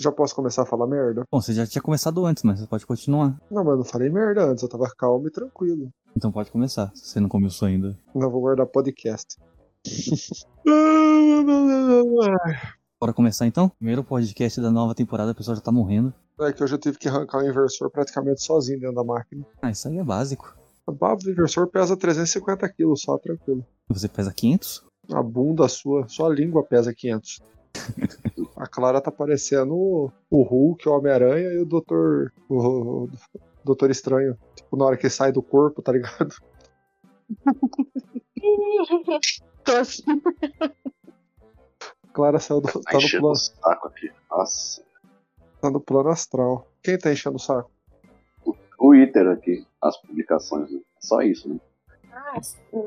Já posso começar a falar merda? Bom, você já tinha começado antes, mas você pode continuar. Não, mas eu não falei merda antes, eu tava calmo e tranquilo. Então pode começar, se você não começou ainda. Não vou guardar podcast. Bora começar então? Primeiro podcast da nova temporada, a pessoa já tá morrendo. é que hoje eu tive que arrancar o inversor praticamente sozinho dentro da máquina. Ah, isso aí é básico. A baba do inversor pesa 350 kg só, tranquilo. Você pesa 500? A bunda sua, só a língua pesa 500. a Clara tá parecendo o o Hulk, o Homem-Aranha e o Doutor. O, o Doutor Estranho. Tipo, na hora que sai do corpo, tá ligado? Nossa, Clara saiu do, Tá tá, no enchendo o plano, saco aqui. Nossa. tá no plano astral. Quem tá enchendo o saco? O Iter aqui, as publicações, né? Só isso, né?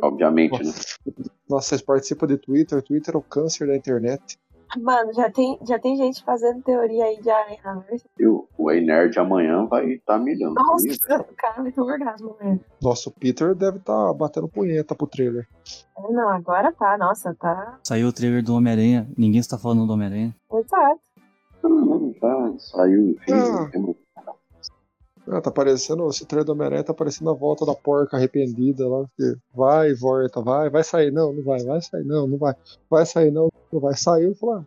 Obviamente, né? Nossa, vocês participam de Twitter. Twitter é o câncer da internet. Mano, já tem, já tem gente fazendo teoria aí de Aranha Versa. E o, o Ei Nerd amanhã vai estar tá milhando. Isso. Nossa, o cara me deu orgasmo mesmo. Nossa, o Peter deve tá batendo punheta pro trailer. É, Não, agora tá, nossa, tá. Saiu o trailer do Homem-Aranha, ninguém está falando do Homem-Aranha. Exato. Não, não, tá, saiu, enfim. Ah. não lembro. Ah, tá parecendo. Esse trailer do Homem-Aranha tá parecendo a volta da porca arrependida lá. que vai, volta, vai, vai sair, não, não vai, vai sair, não, não vai. Vai sair, não, não vai. Saiu e falou, ah,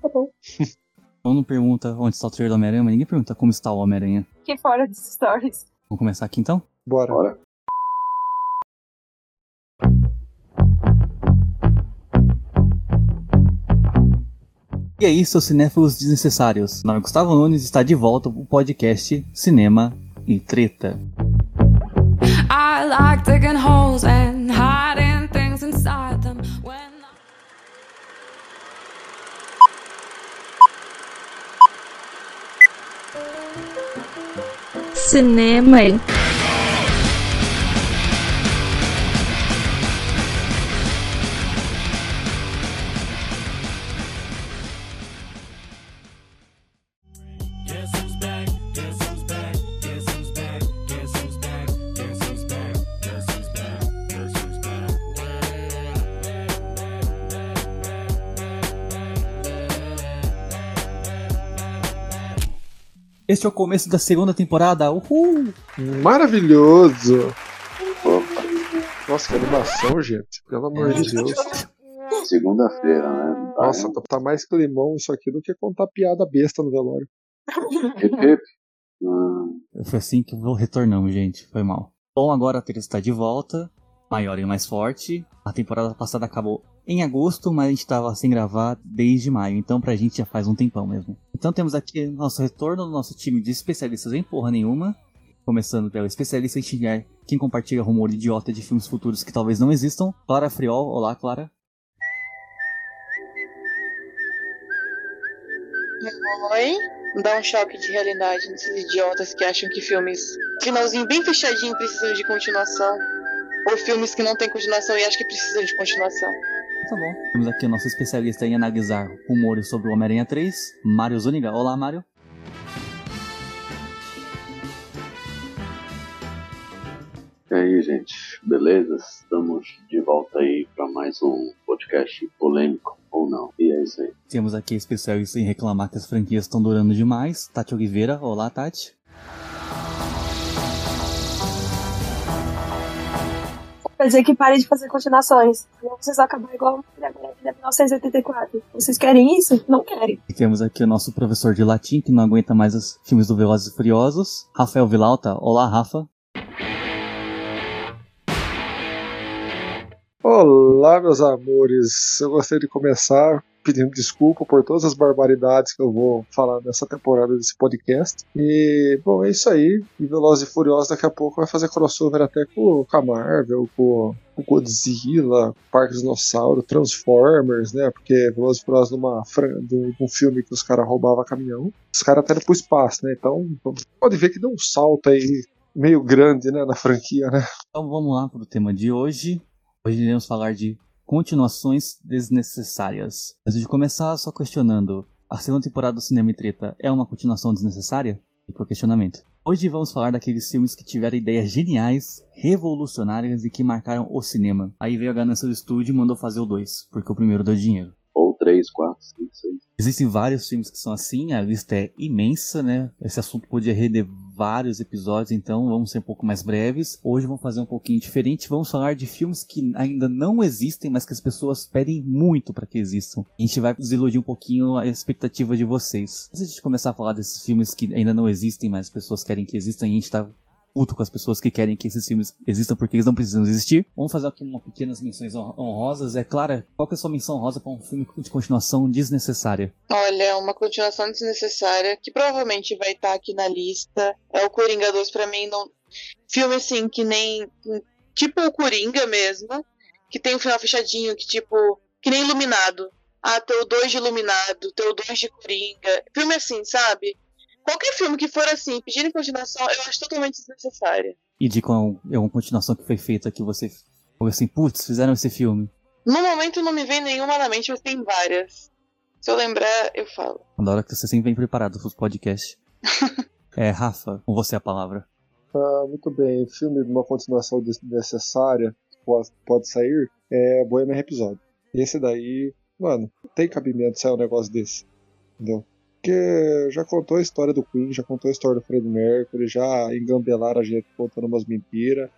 tá bom. Então não pergunta onde está o trailer do Homem-Aranha, mas ninguém pergunta como está o Homem-Aranha. Que fora dos stories. Vamos começar aqui então? Bora. Bora. E aí, seus cinéfilos desnecessários. Meu nome é Gustavo Nunes e está de volta o podcast Cinema e Treta. I like digging holes and hiding things inside them. When Cinema. hein? Este é o começo da segunda temporada. Uhul! Maravilhoso! Opa, Nossa, que animação, gente. Pelo amor de Deus. segunda-feira, né? Tá, Nossa, tá, tá mais climão isso aqui do que contar piada besta no velório. Hip, hip. Hum, Foi assim que retornamos, gente. Foi mal. Bom, agora a Teresa está de volta, maior e mais forte. A temporada passada acabou em agosto, mas a gente estava sem gravar desde maio, então pra gente já faz um tempão mesmo. Então temos aqui nosso retorno do nosso time de especialistas em porra nenhuma. Começando pelo especialista em xingar é quem compartilha rumor idiota de filmes futuros que talvez não existam, Clara Friol. Olá, Clara. Oi? Dá um choque de realidade nesses idiotas que acham que filmes finalzinho bem fechadinho precisam de continuação. Ou filmes que não têm continuação e acham que precisam de continuação. Tá bom. Temos aqui o nosso especialista em analisar rumores sobre o Homem-Aranha 3, Mário Zuniga. Olá, Mário. E aí, gente? Beleza? Estamos de volta aí pra mais um podcast polêmico ou não. E é isso aí. Temos aqui especialista em reclamar que as franquias estão durando demais. Tati Oliveira, olá Tati. Quer dizer que pare de fazer continuações. Não precisa acabar igual a Mulher Maravilha 1984. Vocês querem isso? Não querem. E temos aqui o nosso professor de latim que não aguenta mais os filmes do Velozes e Furiosos, Rafael Vilauta. Olá Rafa. Olá, meus amores. Eu gostaria de começar pedindo desculpa por todas as barbaridades que eu vou falar nessa temporada desse podcast. E, bom, é isso aí. E Velozes e Furiosos daqui a pouco vai fazer crossover até com, com a Marvel, com, com Godzilla, Parque dos Dinossauro, Transformers, né? Porque Velozes e Furiosos numa fran- de um filme que os caras roubavam caminhão. Os caras até iam pro espaço, né? Então, pode ver que deu um salto aí meio grande, né, na franquia, né? Então vamos lá para o tema de hoje. Hoje iremos falar de continuações desnecessárias. Antes de começar, só questionando: a segunda temporada do Cinema e Treta é uma continuação desnecessária? Fica o questionamento. Hoje vamos falar daqueles filmes que tiveram ideias geniais, revolucionárias e que marcaram o cinema. Aí veio a ganância do estúdio e mandou fazer o 2, porque o primeiro deu dinheiro. Ou 3, 4, 5, 6. Existem vários filmes que são assim, a lista é imensa, né? Esse assunto podia render vários episódios, então vamos ser um pouco mais breves. Hoje vamos fazer um pouquinho diferente, vamos falar de filmes que ainda não existem, mas que as pessoas pedem muito para que existam. A gente vai desiludir um pouquinho a expectativa de vocês. Antes de começar a falar desses filmes que ainda não existem, mas as pessoas querem que existam, e a gente tá puto com as pessoas que querem que esses filmes existam porque eles não precisam existir. Vamos fazer aqui umas pequenas menções hon- honrosas. É Clara, qual que é a sua menção honrosa para um filme de continuação desnecessária? Olha, é uma continuação desnecessária que provavelmente vai estar aqui na lista. É o Coringa 2 pra mim não filme assim que nem tipo o Coringa mesmo, que tem um final fechadinho, que tipo que nem Iluminado. Ah, teu 2 de Iluminado, teu 2 de Coringa. Filme assim, sabe? Qualquer filme que for assim, pedirem continuação, eu acho totalmente desnecessária. E de qual é uma continuação que foi feita que você falou assim, putz, fizeram esse filme. No momento não me vem nenhuma na mente, mas tem várias. Se eu lembrar, eu falo. Na hora que você sempre vem preparado para os podcasts. é, Rafa, com você a palavra. Ah, muito bem, filme de uma continuação desnecessária que pode, pode sair é Bohemian Episódio. Esse daí, mano, tem cabimento sair um negócio desse. Entendeu? Porque já contou a história do Queen, já contou a história do Fred Mercury, já engambelaram a gente contando umas mentiras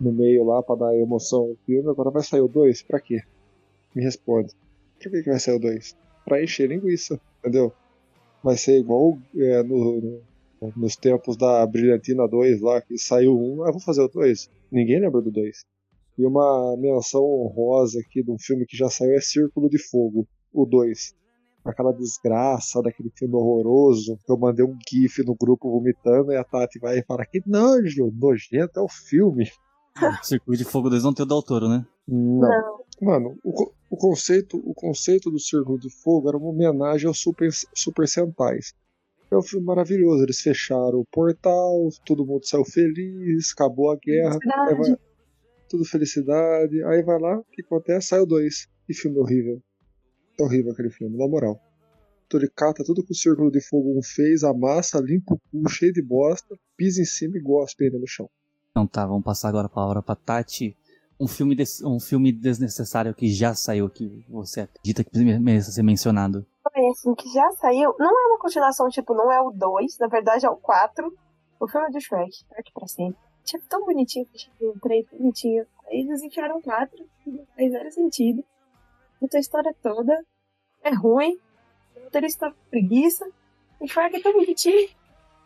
no meio lá pra dar emoção ao filme. Agora vai sair o 2? Pra quê? Me responde. Por que, que vai sair o 2? Pra encher linguiça, entendeu? Vai ser igual é, no- no, nos tempos da Brilhantina 2 lá, que saiu um, ah, vou fazer o 2. Ninguém lembra do 2. E uma menção honrosa aqui de um filme que já saiu é Círculo de Fogo, o 2. Aquela desgraça daquele filme horroroso, que eu mandei um gif no grupo vomitando e a Tati vai e fala que nojo, nojento é o filme. Circuito de Fogo 2 não tem o Del Toro, né? Não. Não. Mano, o, co- o conceito, o conceito do Círculo de Fogo era uma homenagem aos Super, super Sentais. É um filme maravilhoso. Eles fecharam o portal, todo mundo saiu feliz, acabou a guerra, aí vai- tudo felicidade. Aí vai lá, o que acontece? Saiu dois. Que filme horrível. É horrível aquele filme, na moral. Então ele cata tudo que o Círculo de Fogo um fez, amassa, limpa o cu, cheio de bosta, pisa em cima e gosta ainda no chão. Então tá, vamos passar agora a palavra pra Tati. Um filme, des- um filme desnecessário que já saiu, que você acredita que mere- mereça ser mencionado. Foi assim, que já saiu. Não é uma continuação, tipo, não é o 2, na verdade é o 4. O filme é do Shrek, Shrek pra sempre. Tipo, tão bonitinho, tipo, três bonitinho. Aí eles enfiaram quatro, que não faz zero sentido. Muita história toda. É ruim. O roteirista tá com preguiça. O Shrek é tão bonitinho.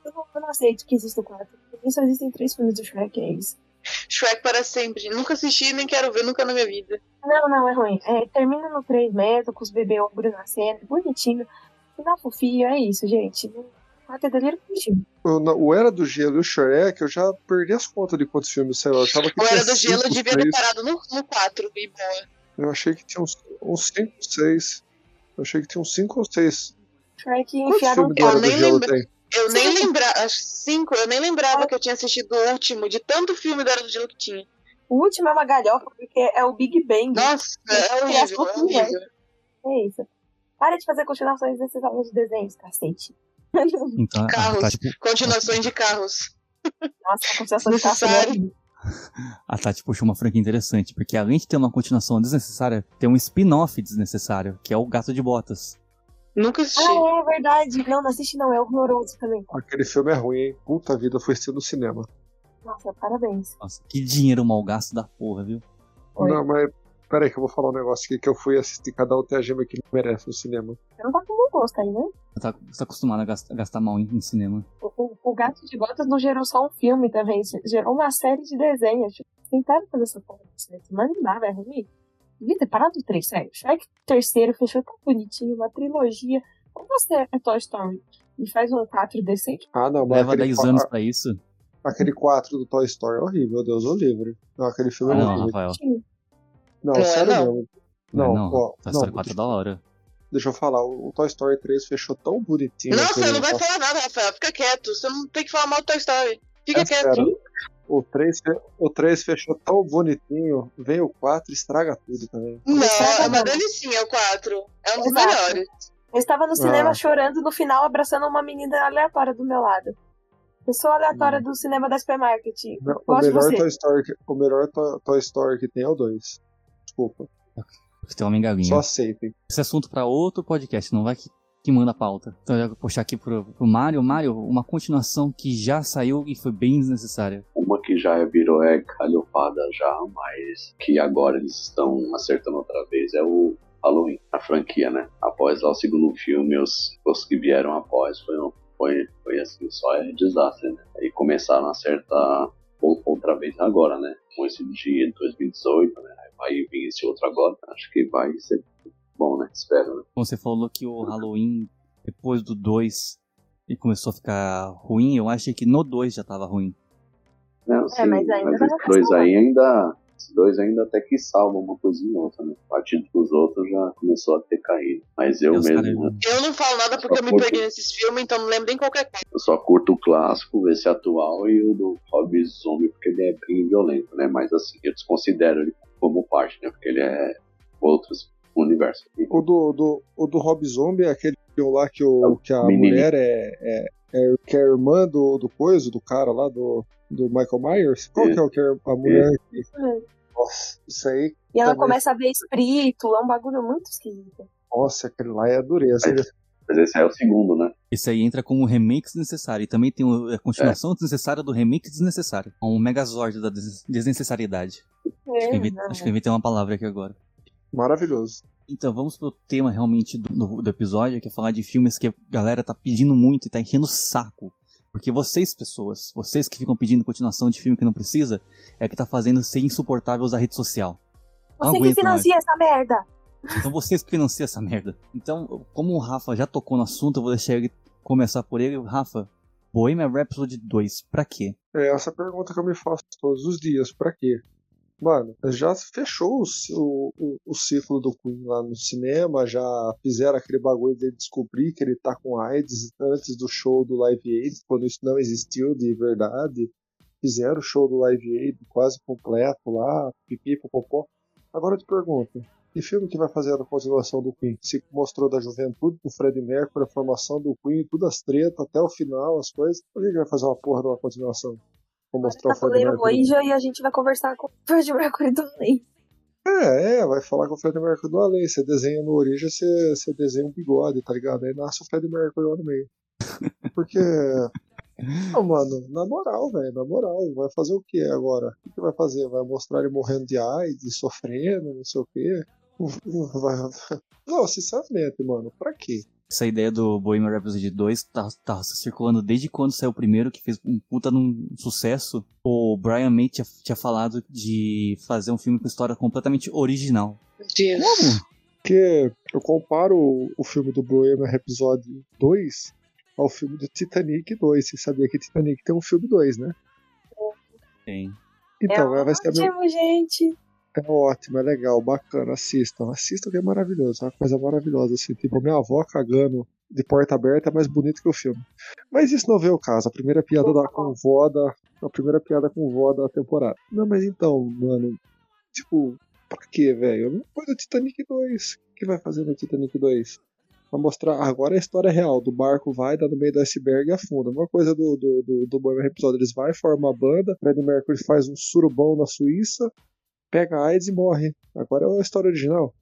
Eu não, eu não aceito que exista o 4. Pra mim só existem três filmes do Shrek, é isso. Shrek para sempre. Nunca assisti, nem quero ver nunca na minha vida. Não, não, é ruim. É, termina no 3 metros, com os bebês ogro nascendo, bonitinho. Final fofinho, é isso, gente. Até delírio bonitinho. Eu não- O Era do Gelo e o Shrek, é eu já perdi as contas de quantos filmes saiu. Eu achava que O Era tinha do Gelo eu cinco, devia ter seis. parado no, no 4 e boa. Eu achei que tinha uns 5, 6. Eu achei que tinha uns 5 ou 6. Shrek Quantos enfiaram filmes do eu Era do nem Gelo lembro- tem? Eu nem Cinco. lembrava, acho que cinco, eu nem lembrava que eu tinha assistido o último, de tanto filme do Era do Gelo que tinha. O último é uma galhofa, porque é o Big Bang. Nossa, é horrível, é horrível. É isso. Para de fazer continuações desses álbuns de desenhos, cacete. Então, a- a Carros. Tati, pu- Continuações de carros. Nossa, a continuação de Carros Necessário. é horrível. a Tati puxou uma franquia interessante, porque além de ter uma continuação desnecessária, tem um spin-off desnecessário, que é o Gato de Botas. Nunca assisti. Ah, é verdade. Não, não assiste não, é horroroso também. Aquele filme é ruim, hein? Puta vida, foi estilo no cinema. Nossa, parabéns. Nossa, que dinheiro mal gasto da porra, viu? Oi. Não, mas peraí que eu vou falar um negócio aqui que eu fui assistir cada um tem a gema que merece no cinema. Você não tá com bom gosto aí, né? Você tá, você tá acostumado a gastar, gastar mal em, em cinema. O, o- o Gato de Botas não gerou só um filme também, ge- gerou uma série de desenhos. Tipo, Tentaram fazer essa porra de certo, mas não dava, é ruim. Devia ter parado no 3, sério. Shrek terceiro fechou tão bonitinho, uma trilogia. Como você é Toy Story e faz um 4 decente? Ah, não, mas Leva aquele, 10 qua- anos pra isso. a- aquele 4 do Toy Story é horrível, Deus o livre. Não, aquele filme Ah, é não, horrível. Rafael. Não, Não é, sério não. mesmo. Não, não, ó, não, Toy Story 4 é da hora. deixa eu falar, o o Toy Story 3 fechou tão bonitinho. Não, aquele você não vai negócio. falar nada, Rafael. Fica quieto. Você não tem que falar mal do Toy Story. Fica Mas, quieto. cara, o 3, fe- o 3 fechou tão bonitinho, vem o 4 e estraga tudo também. Não, é uma Exato. delicinha o 4. É um dos Exato. melhores. Eu estava no cinema Ah. chorando no final, abraçando uma menina aleatória do meu lado. Pessoa aleatória do cinema da Supermarket. Não, o Gosto de melhor, você. Toy Story, que- o melhor To- Toy Story que tem é o 2. Desculpa. Porque tem uma galinha. Só aceitem. Esse assunto pra outro podcast, não vai que, que manda a pauta. Então eu já vou puxar aqui pro, pro Mario. Mario, uma continuação que já saiu e foi bem desnecessária. Uma que já é virou é calhofada já, mas que agora eles estão acertando outra vez é o Halloween, a franquia, né? Após lá o segundo filme, os, os que vieram após foi, um- foi, foi assim, só é desastre, né? Aí começaram a acertar ou- outra vez agora, né? Com esse de 2018, né? Aí Vai vir esse outro agora, acho que vai ser bom, né? Espero, né? Como você falou que o Halloween, depois do 2, ele começou a ficar ruim. Eu achei que no 2 já tava ruim. Não, sim, É, mas ainda mas não esses vai dois salvar. né? aí ainda. Esses dois ainda até que salvam uma coisinha ou outra, né? Partindo dos outros já começou a ter caído. Mas eu Os mesmo, caras- né? Eu não falo nada porque Uhum. eu me perdi nesses filmes, então não lembro nem qualquer coisa. Eu só curto o clássico, esse atual e o do Rob Zombie, porque ele é bem violento, né? Mas assim, eu desconsidero ele como parte, né? Porque ele é outros universo. E O do, do, o do Rob Zombie é aquele lá que, o, que a Menino. mulher é, é, é- que é irmã do, do coisa, do cara lá, do, do Michael Myers. Qual que é o que é a mulher? que- Isso. Nossa, isso aí, E ela Também. começa a ver espírito, é um bagulho muito esquisito. nossa, aquele lá é a dureza. Aí- Mas esse aí é o segundo, né? Esse aí entra como remake desnecessário. E também tem o- a continuação É. desnecessária do remake desnecessário. Um megazord da des- desnecessariedade. Acho que eu É, inventei- acho que eu inventei uma palavra aqui agora. Maravilhoso. Então, vamos pro tema realmente do- do, do episódio, que é falar de filmes que a galera tá pedindo muito e tá enchendo o saco. Porque vocês, pessoas, vocês que ficam pedindo continuação de filme que não precisa, é que tá fazendo ser insuportável usar rede social. Não Você que aguento mais. financia essa merda! Então vocês que financiam essa merda. Então, como o Rafa já tocou no assunto, eu vou deixar ele começar por ele. Rafa, Bohemian Rhapsody 2, pra quê? É essa pergunta que eu me faço todos os dias, pra quê? Mano, já fechou o, ci- o, o- o ciclo do Queen lá no cinema, já fizeram aquele bagulho dele descobrir que ele tá com AIDS antes do show do Live Aid, quando isso não existiu de verdade. Fizeram o show do Live Aid quase completo lá, pipi, popopó. Agora eu te pergunto, que filme que vai fazer a continuação do Queen? Se mostrou da juventude do Fred Mercury, a formação do Queen, tudo as tretas, até o final, as coisas. Por que que vai fazer uma porra de uma continuação? Vou mostrar o Tá Fred falando Mercury. hoje e a gente vai conversar com o Fred Mercury do Lei. É, é, vai falar com o Fred Mercury do além. Você desenha no origem, você, você desenha um bigode, tá ligado? Aí nasce o Fred Mercury lá no meio. Porque. Não, mano, na moral, velho, na moral, vai fazer o que agora? O que que vai fazer? Vai mostrar ele morrendo de AIDS, sofrendo, não sei o quê? Vai- Não, sinceramente, mano, pra quê? Essa ideia do Bohemian Rhapsody 2 tá, tá circulando desde quando saiu o primeiro, que fez um puta num sucesso. O Brian May tinha, tinha falado de fazer um filme com história completamente original. Meu Deus. Uhum. Como? Porque eu comparo o- o filme do Bohemian Episódio 2 ao filme do Titanic 2. Você sabia que Titanic tem um filme 2, né? Tem. Então, vai ser a mesma- ótimo, Uhum. gente. É ótimo, é legal, bacana, assistam. Assistam que é maravilhoso, é uma coisa maravilhosa, assim, tipo, minha avó cagando de porta aberta é mais bonito que o filme. Mas isso não veio o caso, a primeira piada da com vó da, a primeira piada com vó da temporada. Não, mas então, mano, tipo, pra quê, velho? A mesma coisa do Titanic 2, o que vai fazer no Titanic 2? Vai mostrar, agora é a história real, do barco vai, dá no meio do iceberg e afunda. Uma coisa do, do, do, do Bohemian Rhapsody, eles vai, formam a banda, Freddie Mercury faz um surubão na Suíça, pega AIDS e morre. Agora é a história original.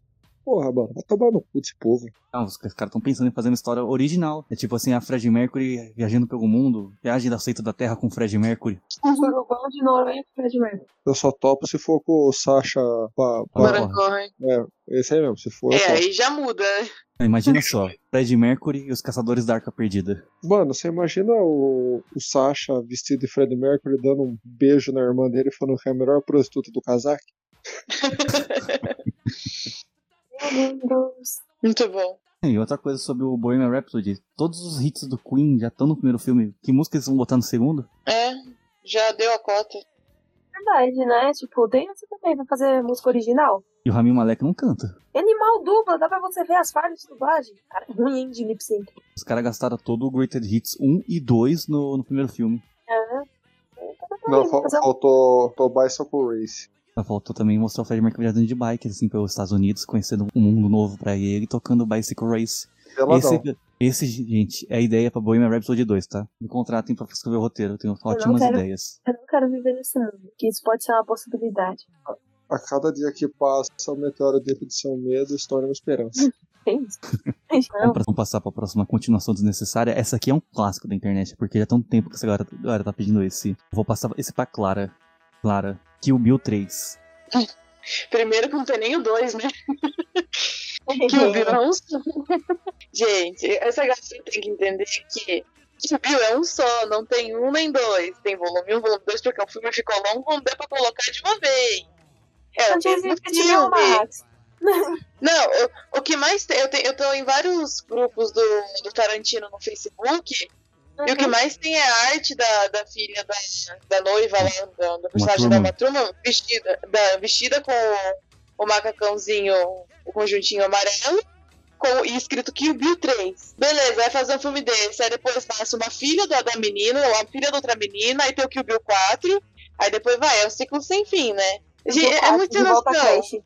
Porra, mano, vai tomar no cu desse povo. Ah, os caras estão pensando em fazer uma história original. É tipo assim, a Fred Mercury viajando pelo mundo, viagem da seita da Terra com o Fred Mercury. Surubão de Noronha com o Fred Mercury. Eu só topo se for com o Sasha. Pra, pra- Bora. Maracói. Esse aí mesmo, se for. eu É, topo. aí já muda, né? Imagina só, Fred Mercury e os Caçadores da Arca Perdida. Mano, você imagina o, o Sasha vestido de Fred Mercury dando um beijo na irmã dele falando que é a melhor prostituta do casaco? Meu Deus. Muito bom. E outra coisa sobre o Bohemian Rhapsody, todos os hits do Queen já estão no primeiro filme. Que música eles vão botar no segundo? É, já deu a cota. Verdade, né? Tipo, tem essa também pra fazer música original. E o Rami Malek não canta. Animal dupla, dá pra você ver as falhas de dublagem. Cara, é ruim, hein, de lip sync. Os caras gastaram todo o Greater Hits 1 e 2 no, no primeiro filme. Ah, Não, Ai, fal- mas é um- faltou, faltou Bicycle Race. Só faltou também mostrar o Fred Mercury viajando de bike, assim, pelos Estados Unidos, conhecendo um mundo novo pra ele, tocando Bicycle Race. Peladão. Esse, esse, gente, é a ideia pra Bohemian Rhapsody 2, tá? Me contratem pra escrever o roteiro, eu tenho ótimas quero- ideias. eu não quero viver nesse mundo, que isso pode ser uma possibilidade. A cada dia que passa, o meteoro dentro de seu medo se torna uma esperança. Tem isso. Vamos Não, pra- vamos passar pra próxima continuação desnecessária. Essa aqui é um clássico da internet, porque já tem um tempo que essa galera, galera tá pedindo esse. Vou passar esse pra Clara. Clara, Kill Bill 3. Primeiro que não tem nem o dois, né? Kill Bill é um só. Gente, essa galera tem que entender que Kill Bill é um só, não tem um nem dois. Tem volume 1, volume 2, porque o filme ficou longo, não deu pra colocar de uma vez. É, Não o tinha mesmo sentido filme. Max. Não, eu- o que mais tem, eu, tenho, eu tô em vários grupos do, do Tarantino no Facebook, e o que mais tem é a arte da, da filha da, da noiva lá, da, da personagem da Thurman. Matruma, vestida, da- vestida com o, o macacãozinho, o conjuntinho amarelo, com, e escrito Kill Bill 3. Beleza, vai fazer um filme desse. Aí depois nasce uma filha da, da menina, uma filha da outra menina, aí tem o Kill Bill 4, aí depois vai, é um ciclo sem fim, né? Gente, é, é Max, muito de volta à noção. creche.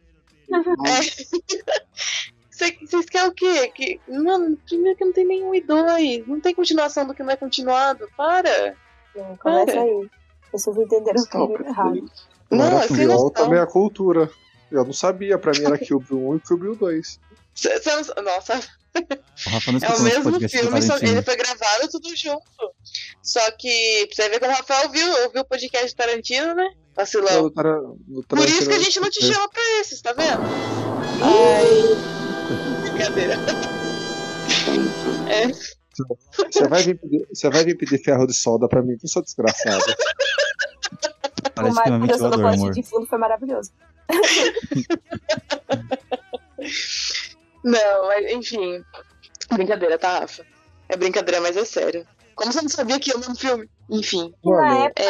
É. Cê- Vocês querem o quê? Que, mano, primeiro que não tem nenhum e dois. Não tem continuação do que não é continuado. Para. Não, Começa Cara. aí. As Pessoas entenderam o Stop caminho errado. it. Não, Agora, é sem Kill Bill noção. também é a cultura. Eu não sabia, pra mim era Kill Bill 1 e Kill Bill 2. Cê- cê não- Nossa, O Rafa não é o escutou nosso mesmo podcast do filme, só que Tarantino. ele foi gravado tudo junto. Só que, pra você ver como o Rafael viu, ouviu o podcast do Tarantino, né? Vacilão. No Tara- no Por isso que a Tarantino- gente não te é. chama pra esses, tá vendo? Ai. Brincadeira. É. Você vai, vir pedir, você vai vir pedir ferro de solda pra mim, que sou desgraçado. tá O Parece que é um Max dançando ventilador, plástico amor. de fundo foi maravilhoso. Não, mas, enfim. Brincadeira, tá, Rafa? É brincadeira, mas é sério. Como você não sabia que eu não filme? Enfim. E na época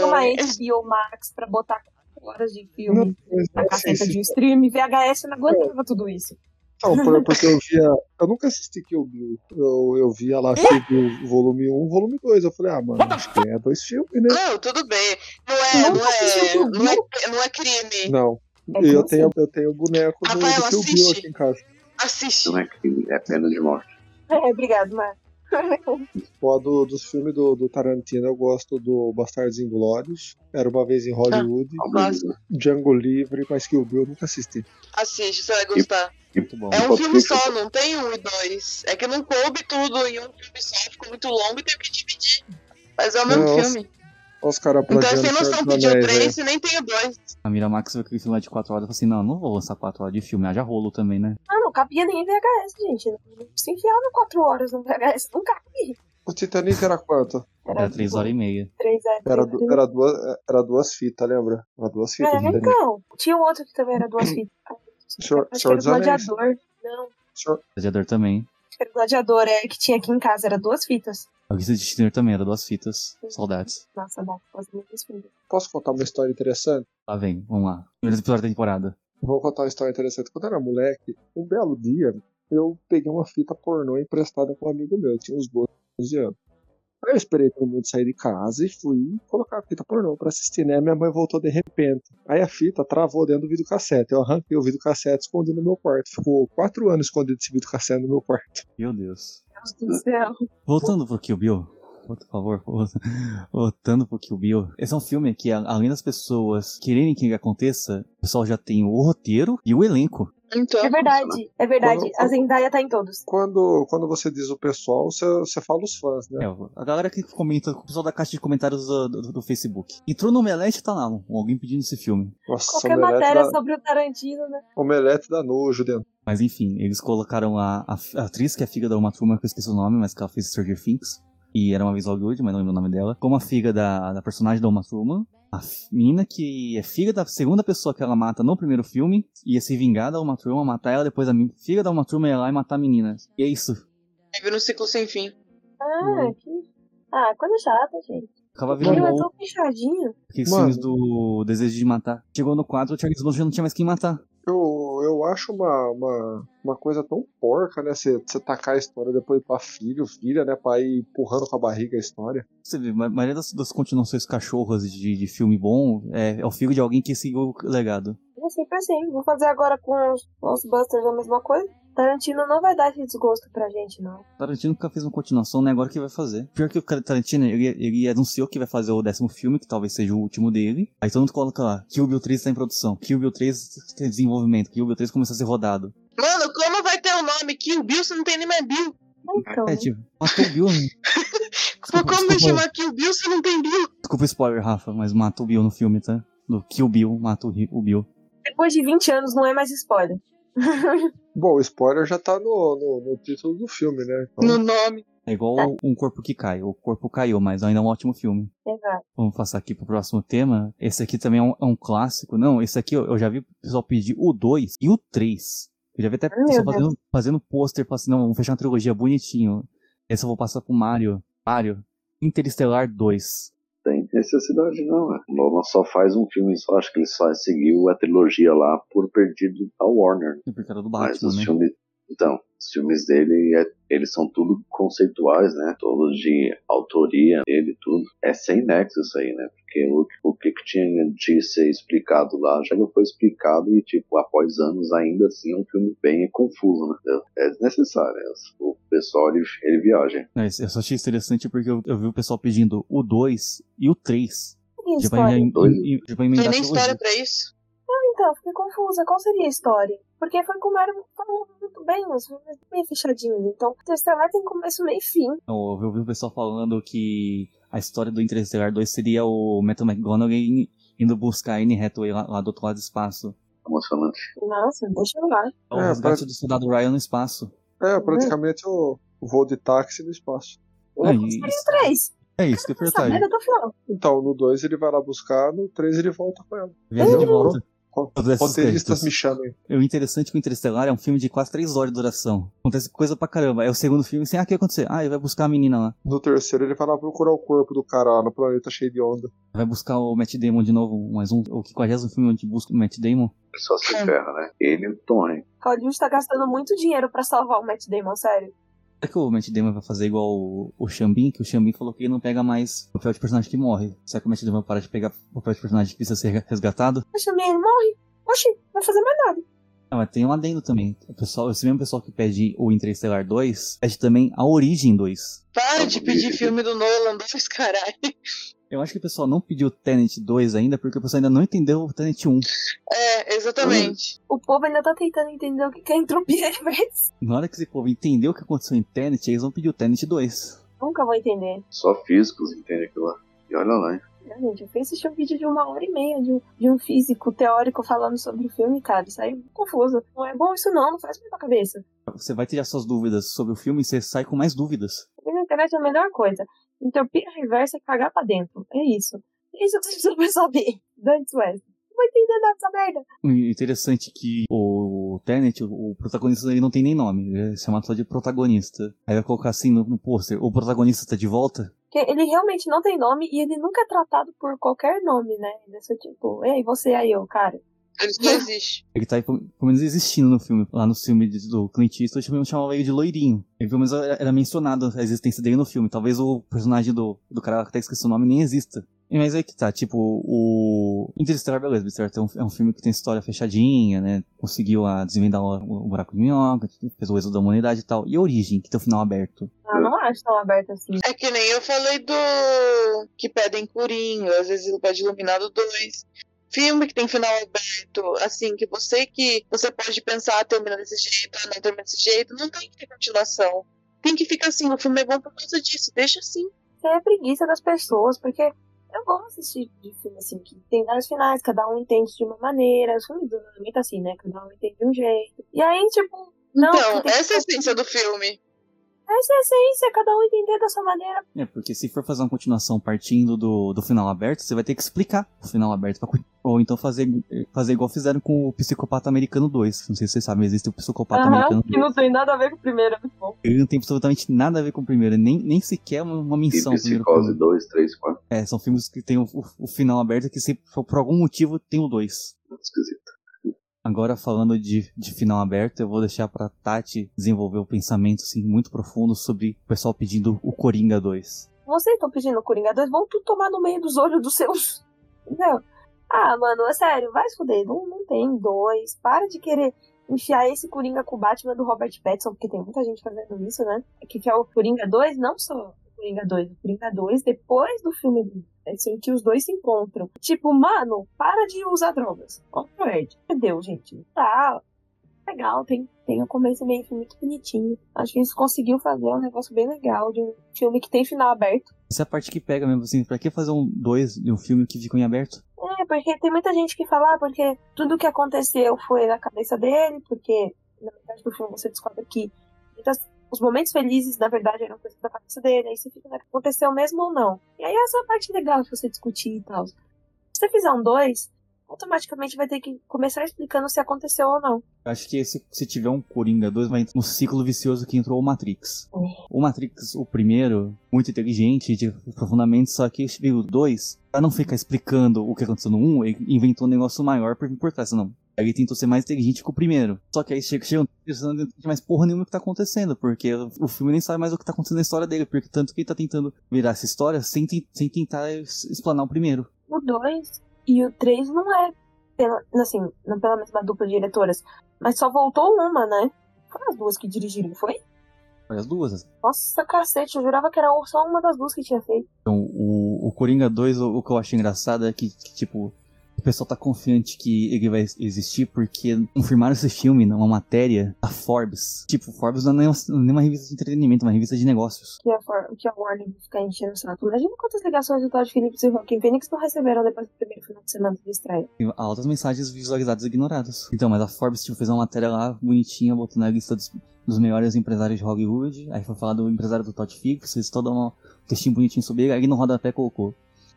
não é- existia uma HBO Max pra botar quatro horas de filme mas na assim, caceta se- de um stream. VHS não aguentava tudo isso. Não, por- porque eu via. Eu nunca assisti Kill Bill. Eu, eu via lá Kill Bill volume 1, volume 2. Eu falei, ah, mano, tem é dois filmes, né? Não, tudo bem. Não é, Nunca não é, assistiu Kill não é, não é crime. Não. É E eu, como tenho, eu tenho o boneco do, Rafael, do Kill Bill assiste. aqui em casa. Assiste. Não é crime, é pena de morte. É, obrigado, Max. Ah, Pô, do, dos filmes do, do Tarantino, eu gosto do Bastardos Inglórios. Era uma vez em Hollywood. Ah. Ao menos, né? Django Livre, mas Kill Bill eu nunca assisti. Assiste, você vai gostar. Muito bom. É um Pode filme ser que- só, não tem um e dois. É que não coube tudo em um filme só, ficou muito longo e teve que dividir. Mas é o mesmo Nossa, filme. Olha os caras Então é plagiando sem noção Senhor pedir dos o Anéis, né? três e nem tem o dois. A Miramax viu aquele filme lá de 4 horas e falou assim: não, não vou lançar 4 horas de filme, haja rolo também, né? Ah, não cabia nem em VHS, gente. Não se enfiava quatro horas no VHS. Não cabia. O Titanic era quanto? Era 3 horas e meia. Três é, Era, três du- era, duas, era duas fitas, lembra? Era duas fitas. É, o Titanic. então. Tinha um outro que também era duas fitas. Ah, Senhor, Acho que Senhor era o dos Anéis. Gladiador. Não, acho Senhor, Gladiador também. que era o Gladiador, é, que tinha aqui em casa. Era duas fitas. A Vista de Destino também era duas fitas. Saudades. Nossa, não. Faz muitas fitas. posso contar uma história interessante? Lá vem, vamos lá. Primeiro episódio da temporada. Vou contar uma história interessante. Quando eu era moleque, um belo dia, eu peguei uma fita pornô emprestada com um amigo meu. Eu tinha uns 12 anos. Aí eu esperei todo mundo sair de casa e fui colocar a fita pornô pra assistir, né? Minha mãe voltou de repente. Aí a fita travou dentro do videocassete. Eu arranquei o videocassete e escondi no meu quarto. Ficou quatro anos escondido esse videocassete no meu quarto. Meu Deus. Deus do céu. Voltando pro Kill Bill, por favor, voltando pro Kill Bill. Esse é um filme que, a- além das pessoas quererem que aconteça, o pessoal já tem o roteiro e o elenco. Então, É verdade, é verdade. Quando- A Zendaya tá em todos. Quando, quando você diz o pessoal, você, você fala os fãs, né? É, a galera que comenta, o pessoal da caixa de comentários do, do- do Facebook. Entrou no Melete tá lá, um- alguém pedindo esse filme. Nossa, Qualquer omelete matéria dá, sobre o Tarantino, né? omelete dá nojo dentro. Mas enfim, eles colocaram a, a f- a atriz, que é a filha da Uma Turma, que eu esqueci o nome, mas que ela fez Stranger Things. E era uma vez Hollywood, mas não lembro o nome dela. Como a filha da, da personagem da Uma Turma. A f- menina que é filha da segunda pessoa que ela mata no primeiro filme. Ia se vingar da Uma Turma, matar ela. Depois a men- filha da Uma Turma ia lá e matar a menina. E é isso. vive num ciclo sem fim. Ah, Hum. que. Ah, coisa chata, gente. Acaba Ele é virando tão fechadinho. aqueles Mano. filmes do Desejo de Matar. Chegou no 4, o Charles Manson já não tinha mais quem matar. Eu, eu acho uma, uma, uma coisa tão porca, né? Você tacar a história depois pra filho, filha, né? Pra ir empurrando com a barriga a história. Você vê, a maioria das, das continuações cachorras de, de filme bom é, é o filho de alguém que seguiu o legado. É sempre assim. Vou fazer agora com os Ghostbusters a mesma coisa. Tarantino não vai dar esse desgosto pra gente, não. Tarantino nunca fez uma continuação, né? Agora que vai fazer. Pior que o cara- Tarantino, ele, ele anunciou que vai fazer o décimo filme, que talvez seja o último dele. Aí todo mundo coloca lá, Kill Bill 3 está em produção, Kill Bill 3 tem desenvolvimento, Kill Bill 3 começou a ser rodado. Mano, como vai ter o nome Kill Bill se não tem nem mais Bill? Então, É, tipo, matou o Bill. né? Desculpa, como vai desculpa. chamar Kill Bill se não tem Bill? Desculpa o spoiler, Rafa, mas mata o Bill no filme, tá? No Kill Bill, mata o Ri- o Bill. depois de 20 anos não é mais spoiler. Bom, o spoiler já tá no, no- no título do filme, né? Então, No nome. É igual um corpo que cai. O corpo caiu, mas ainda é um ótimo filme. Exato. Vamos passar aqui pro próximo tema. Esse aqui também é um, é um clássico. Não, esse aqui eu, eu já vi o pessoal pedir o 2 e o 3. Eu já vi até Meu pessoal Deus. fazendo, fazendo pôster, falando assim, não, vamos fechar uma trilogia bonitinho. Esse eu vou passar pro Mario. Mario, Interestelar 2. Tem necessidade não, né? O Nolan só faz um filme só, acho que ele só seguiu a trilogia lá por perdido a Warner. É Porque era do Mas Batman, os né? filmes. Então, os filmes dele, é- eles são tudo conceituais, né? Todos de autoria dele, tudo. É sem nexo isso aí, né? Porque o, o que, que tinha de ser explicado lá já não foi explicado e, tipo, após anos ainda assim é um filme bem confuso, né? É desnecessário. né? O pessoal, ele, ele viaja. Não, esse- Eu só achei interessante porque eu, eu vi o pessoal pedindo o 2 e o 3. E a Já vai história? em- Dois. em- já vai Não emendar tem nem a história trilogia. pra isso. Então, fiquei confusa. Qual seria a história? Porque foi como era falou muito bem, os filmes bem fechadinhos. Então, Interstellar tem começo, meio e fim. Não, eu vi o pessoal falando que a história do Interestelar 2 seria o Metal McGonagall indo buscar a Anne Hathaway lá, lá do outro lado do espaço. Emocionante. Nossa, deixa eu lá. É O É, resgate pra- do soldado Ryan no espaço. é praticamente o, o voo de táxi no espaço. É, Eu e- gostaria três. É isso que é Essa verdade. merda tá do final. Então, no 2 ele vai lá buscar, no 3 ele volta com ela. Viagem de Eu- volta. Co- Todas essas Roteiristas me coisas. chamem. O interessante é que o Interestelar é um filme de quase 3 horas de duração. Acontece coisa pra caramba. É o segundo filme assim, ah, o que vai acontecer? Ah, ele vai buscar a menina lá. No terceiro ele vai lá procurar o corpo do cara lá no planeta cheio de onda. Vai buscar o Matt Damon de novo, mais um, o 50 filme onde busca o Matt Damon. Ele só se ferra, né? Ele e o Tony. Hollywood tá gastando muito dinheiro pra salvar o Matt Damon, sério. Será É que o Matt Damon vai fazer igual o, o Xambin? Que o Xambin falou que ele não pega mais papel de personagem que morre. Será que o Matt Damon vai parar de pegar papel de personagem que precisa ser re- resgatado? Poxa, minha irmã morre. Oxi, vai fazer mais nada. Ah, mas tem um adendo também. O pessoal, esse mesmo pessoal que pede o Interestelar 2, pede também a Origem 2. Para de pedir filme do Nolan 2, caralho. Eu acho que o pessoal não pediu Tenet 2 ainda, porque o pessoal ainda não entendeu o Tenet 1. É, exatamente. O povo ainda tá tentando entender o que que é entropia de vez. Na hora que esse povo entender o que aconteceu em Tenet, eles vão pedir o Tenet 2. Nunca vou entender. Só físicos entendem aquilo lá. E olha lá, hein? Não, gente, eu fui assistir um vídeo de uma hora e meia de um, de um físico teórico falando sobre o filme, cara. Saiu confusa. Não é bom isso não, não faz bem pra cabeça. Você vai tirar suas dúvidas sobre o filme e você sai com mais dúvidas. Ver na internet é a melhor coisa. Entropia reversa é cagar pra dentro. É isso. É isso que você precisa pra saber. Dante West. Não vou entender nada dessa merda. E Interessante que o Tenet, o o protagonista, ele não tem nem nome. Ele é chamado só de protagonista. Aí vai colocar assim no, no pôster, o protagonista tá de volta? Porque ele realmente não tem nome e ele nunca é tratado por qualquer nome, né? Ele é só tipo, ei, você aí, eu, cara. Ele não existe. Ele tá, aí, pelo pelo menos, existindo no filme. Lá no filme de- do Clint Eastwood, mesmo chamava ele de loirinho. Ele, pelo menos, era, era mencionado a existência dele no filme. Talvez o personagem do, do cara que tá esquecendo o nome nem exista. E, Mas aí que tá, tipo, o... Interstellar, beleza, Interstellar tem um- é um filme que tem história fechadinha, né? Conseguiu a desvendar o, o buraco de minhoca, fez o êxodo da humanidade e tal. E a origem, que tem o final aberto. Eu não acho tão aberto assim. É que nem eu falei do. Que pedem Curinho, às vezes ele pede Iluminado 2. Filme que tem final aberto, assim, que você que. Você pode pensar, ah, termina desse jeito, ah, não termina desse jeito. Não tem que ter continuação. Tem que ficar assim, o filme é bom por causa disso, deixa assim. Isso aí é preguiça das pessoas, porque eu gosto desse tipo de filme assim, que tem vários finais, cada um entende de uma maneira. Os filmes do Nolan é muito assim, né? Cada um entende de um jeito. E aí, tipo, não. Então, tem que- assim. essa é a essência do filme. Essa é a essência, cada um entender da sua maneira. É, porque se for fazer uma continuação partindo do, do final aberto, você vai ter que explicar o final aberto. Pra, cu- ou então fazer, fazer igual fizeram com o Psicopata Americano 2. Não sei se vocês sabem, existe o Psicopata Aham, Americano que 2. não tem nada a ver com o primeiro, é muito bom. Ele não tem absolutamente nada a ver com o primeiro, nem, nem sequer uma, uma E menção ao primeiro Psicose filme. 2, 3, 4. É, são filmes que tem o, o- o final aberto que se, for por algum motivo tem o 2. Esquisito. Agora falando de, de final aberto, eu vou deixar pra Tati desenvolver um pensamento assim, muito profundo sobre o pessoal pedindo o Coringa 2. Vocês estão pedindo Coringa 2, vão tudo tomar no meio dos olhos dos seus. Entendeu? Ah, mano, é sério, vai se fuder. Não, não tem dois. Para de querer enfiar esse Coringa com o Batman do Robert Pattinson, porque tem muita gente fazendo isso, né? Que que é o Coringa 2, não só o Coringa 2, o Coringa 2, depois do filme do em que os dois se encontram. Tipo, mano, para de usar drogas. Ó, o Ed. Entendeu, gente? Tá. Legal, tem, tem um começo e meio foi muito bonitinho. Acho que eles conseguiu fazer um negócio bem legal de um filme que tem final aberto. Essa é a parte que pega mesmo, assim, pra que fazer um dois de um filme que ficou em aberto? É, porque tem muita gente que fala, ah, porque tudo que aconteceu foi na cabeça dele, porque na metade do filme você descobre que muitas- os momentos felizes, na verdade, eram coisas da cabeça dele, aí você fica, né, aconteceu mesmo ou não. E aí essa é a parte legal de você discutir e tal. Se você fizer um dois, automaticamente vai ter que começar explicando se aconteceu ou não. Eu Acho que se, se tiver um Coringa 2, vai entrar no ciclo vicioso que entrou o Matrix. O Matrix, o primeiro, muito inteligente, de profundamente, só que veio o 2, pra não ficar explicando o que aconteceu no 1, um, ele inventou um negócio maior por, por trás, não. Aí Ele tentou ser mais inteligente que o primeiro. Só que aí chega, chega um terceiro, você não entende mais porra nenhuma o que tá acontecendo, porque o filme nem sabe mais o que tá acontecendo na história dele, porque tanto que ele tá tentando virar essa história sem, ten- sem tentar es- explanar o primeiro. O 2 e o 3 não é, pela, assim, não pela mesma dupla de diretoras, mas só voltou uma, né? Foram as duas que dirigiram, não foi? Olha as duas, Nossa, cacete, eu jurava que era um, só uma das duas que tinha feito. Então, o, o Coringa 2, o, o que eu acho engraçado é que, que, tipo, o pessoal tá confiante que ele vai existir porque confirmaram esse filme numa matéria da Forbes. Tipo, Forbes não é nenhuma, não é nenhuma revista de entretenimento, é uma revista de negócios. Que a, For- que a Warner ficar enchendo o saco. Imagina quantas ligações o Todd Phillips e o Joaquim Phoenix não receberam depois do primeiro final de semana de estreia. Tem altas mensagens visualizadas e ignoradas. Então, mas a Forbes, tipo, fez uma matéria lá, bonitinha, botou na lista dos, dos melhores empresários de Hollywood. Aí foi falar do empresário do Todd Phillips, fez todo um textinho bonitinho sobre ele, aí no rodapé colocou.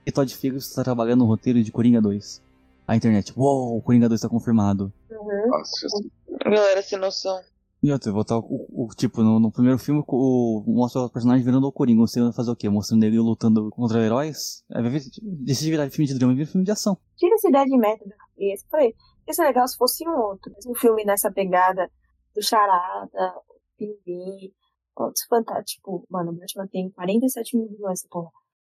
E Todd Phillips tá trabalhando no roteiro de Coringa 2. A internet, uou, o Coringa 2 tá confirmado. Uhum. Nossa, assim, Galera sem noção. E outra, botar o, o- tipo, no, no primeiro filme, o, mostra o personagem virando o Coringa. Você vai fazer o quê? Mostrando ele lutando contra heróis? Aí vai vir- Deixa de virar filme de drama e vira filme de ação. Tira essa ideia de meta da cabeça. Falei, ia ser legal se fosse um outro. Mas um filme nessa pegada do Charada, Pinguim, outros fantásticos. Tipo, mano, o Batman tem 47 mil vilões, essa porra.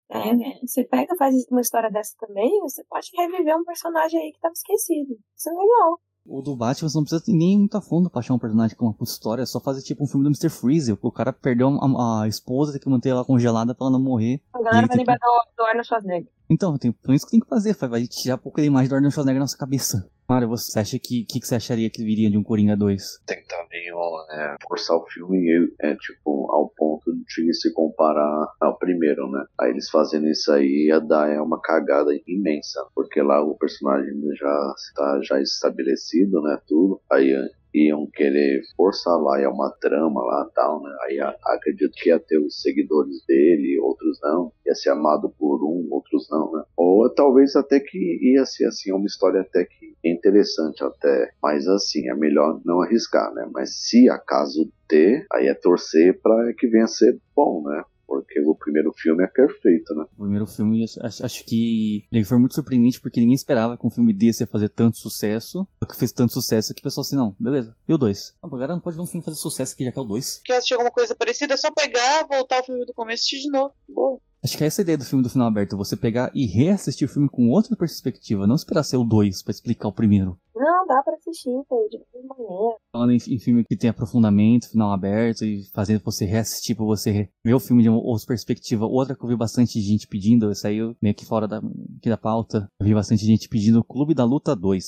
É, né? Você pega faz uma história dessa também, você pode reviver um personagem aí que tava esquecido. Isso é legal. O do Batman, você não precisa nem ir muito a fundo pra achar um personagem com uma puta história. É só fazer tipo um filme do Mr. Freeze. O cara perdeu a, a esposa, tem que manter ela congelada pra ela não morrer. A galera Ele vai tem que- lembrar do, do Arnold Schwarzenegger. Então, tem, então isso que tem que fazer, vai vai tirar um pouco da imagem do Arnold Schwarzenegger na sua cabeça. Mário, você acha que... O que, que você acharia que viria de um Coringa 2? tem também ó, né, forçar o filme ele é tipo ao ponto de se comparar ao primeiro, né? Aí eles fazendo isso aí ia dar é uma cagada imensa, porque lá o personagem já está já estabelecido, né? Tudo aí é, iam querer forçar lá, é uma trama lá tal, né? Aí a- acredito que ia ter os seguidores dele, outros não, ia ser amado por um, outros não, né? Ou talvez até que ia ser assim, uma história até que interessante até, mas assim, é melhor não arriscar, né? Mas se acaso ter, aí é torcer para que venha a ser bom, né? Porque o primeiro filme é perfeito, né? O primeiro filme, acho- acho, acho que ele foi muito surpreendente porque ninguém esperava que um filme desse ia fazer tanto sucesso. Só que fez tanto sucesso que o pessoal assim, não, beleza. E o dois? Não, galera, não pode ver um filme fazer sucesso que já que é o dois. Quer assistir alguma coisa parecida? É só pegar, voltar ao filme do começo e assistir de novo. Boa. Acho que é essa a ideia do filme do final aberto, você pegar e reassistir o filme com outra perspectiva, não esperar ser o dois pra explicar o primeiro. Não, dá pra assistir, foi de qualquer maneira. Falando em, em filme que tem aprofundamento, final aberto e fazendo você reassistir pra você re- ver o filme de uma outra perspectiva. Outra que eu vi bastante gente pedindo, isso aí eu meio que fora da, aqui da pauta, eu vi bastante gente pedindo Clube da Luta 2.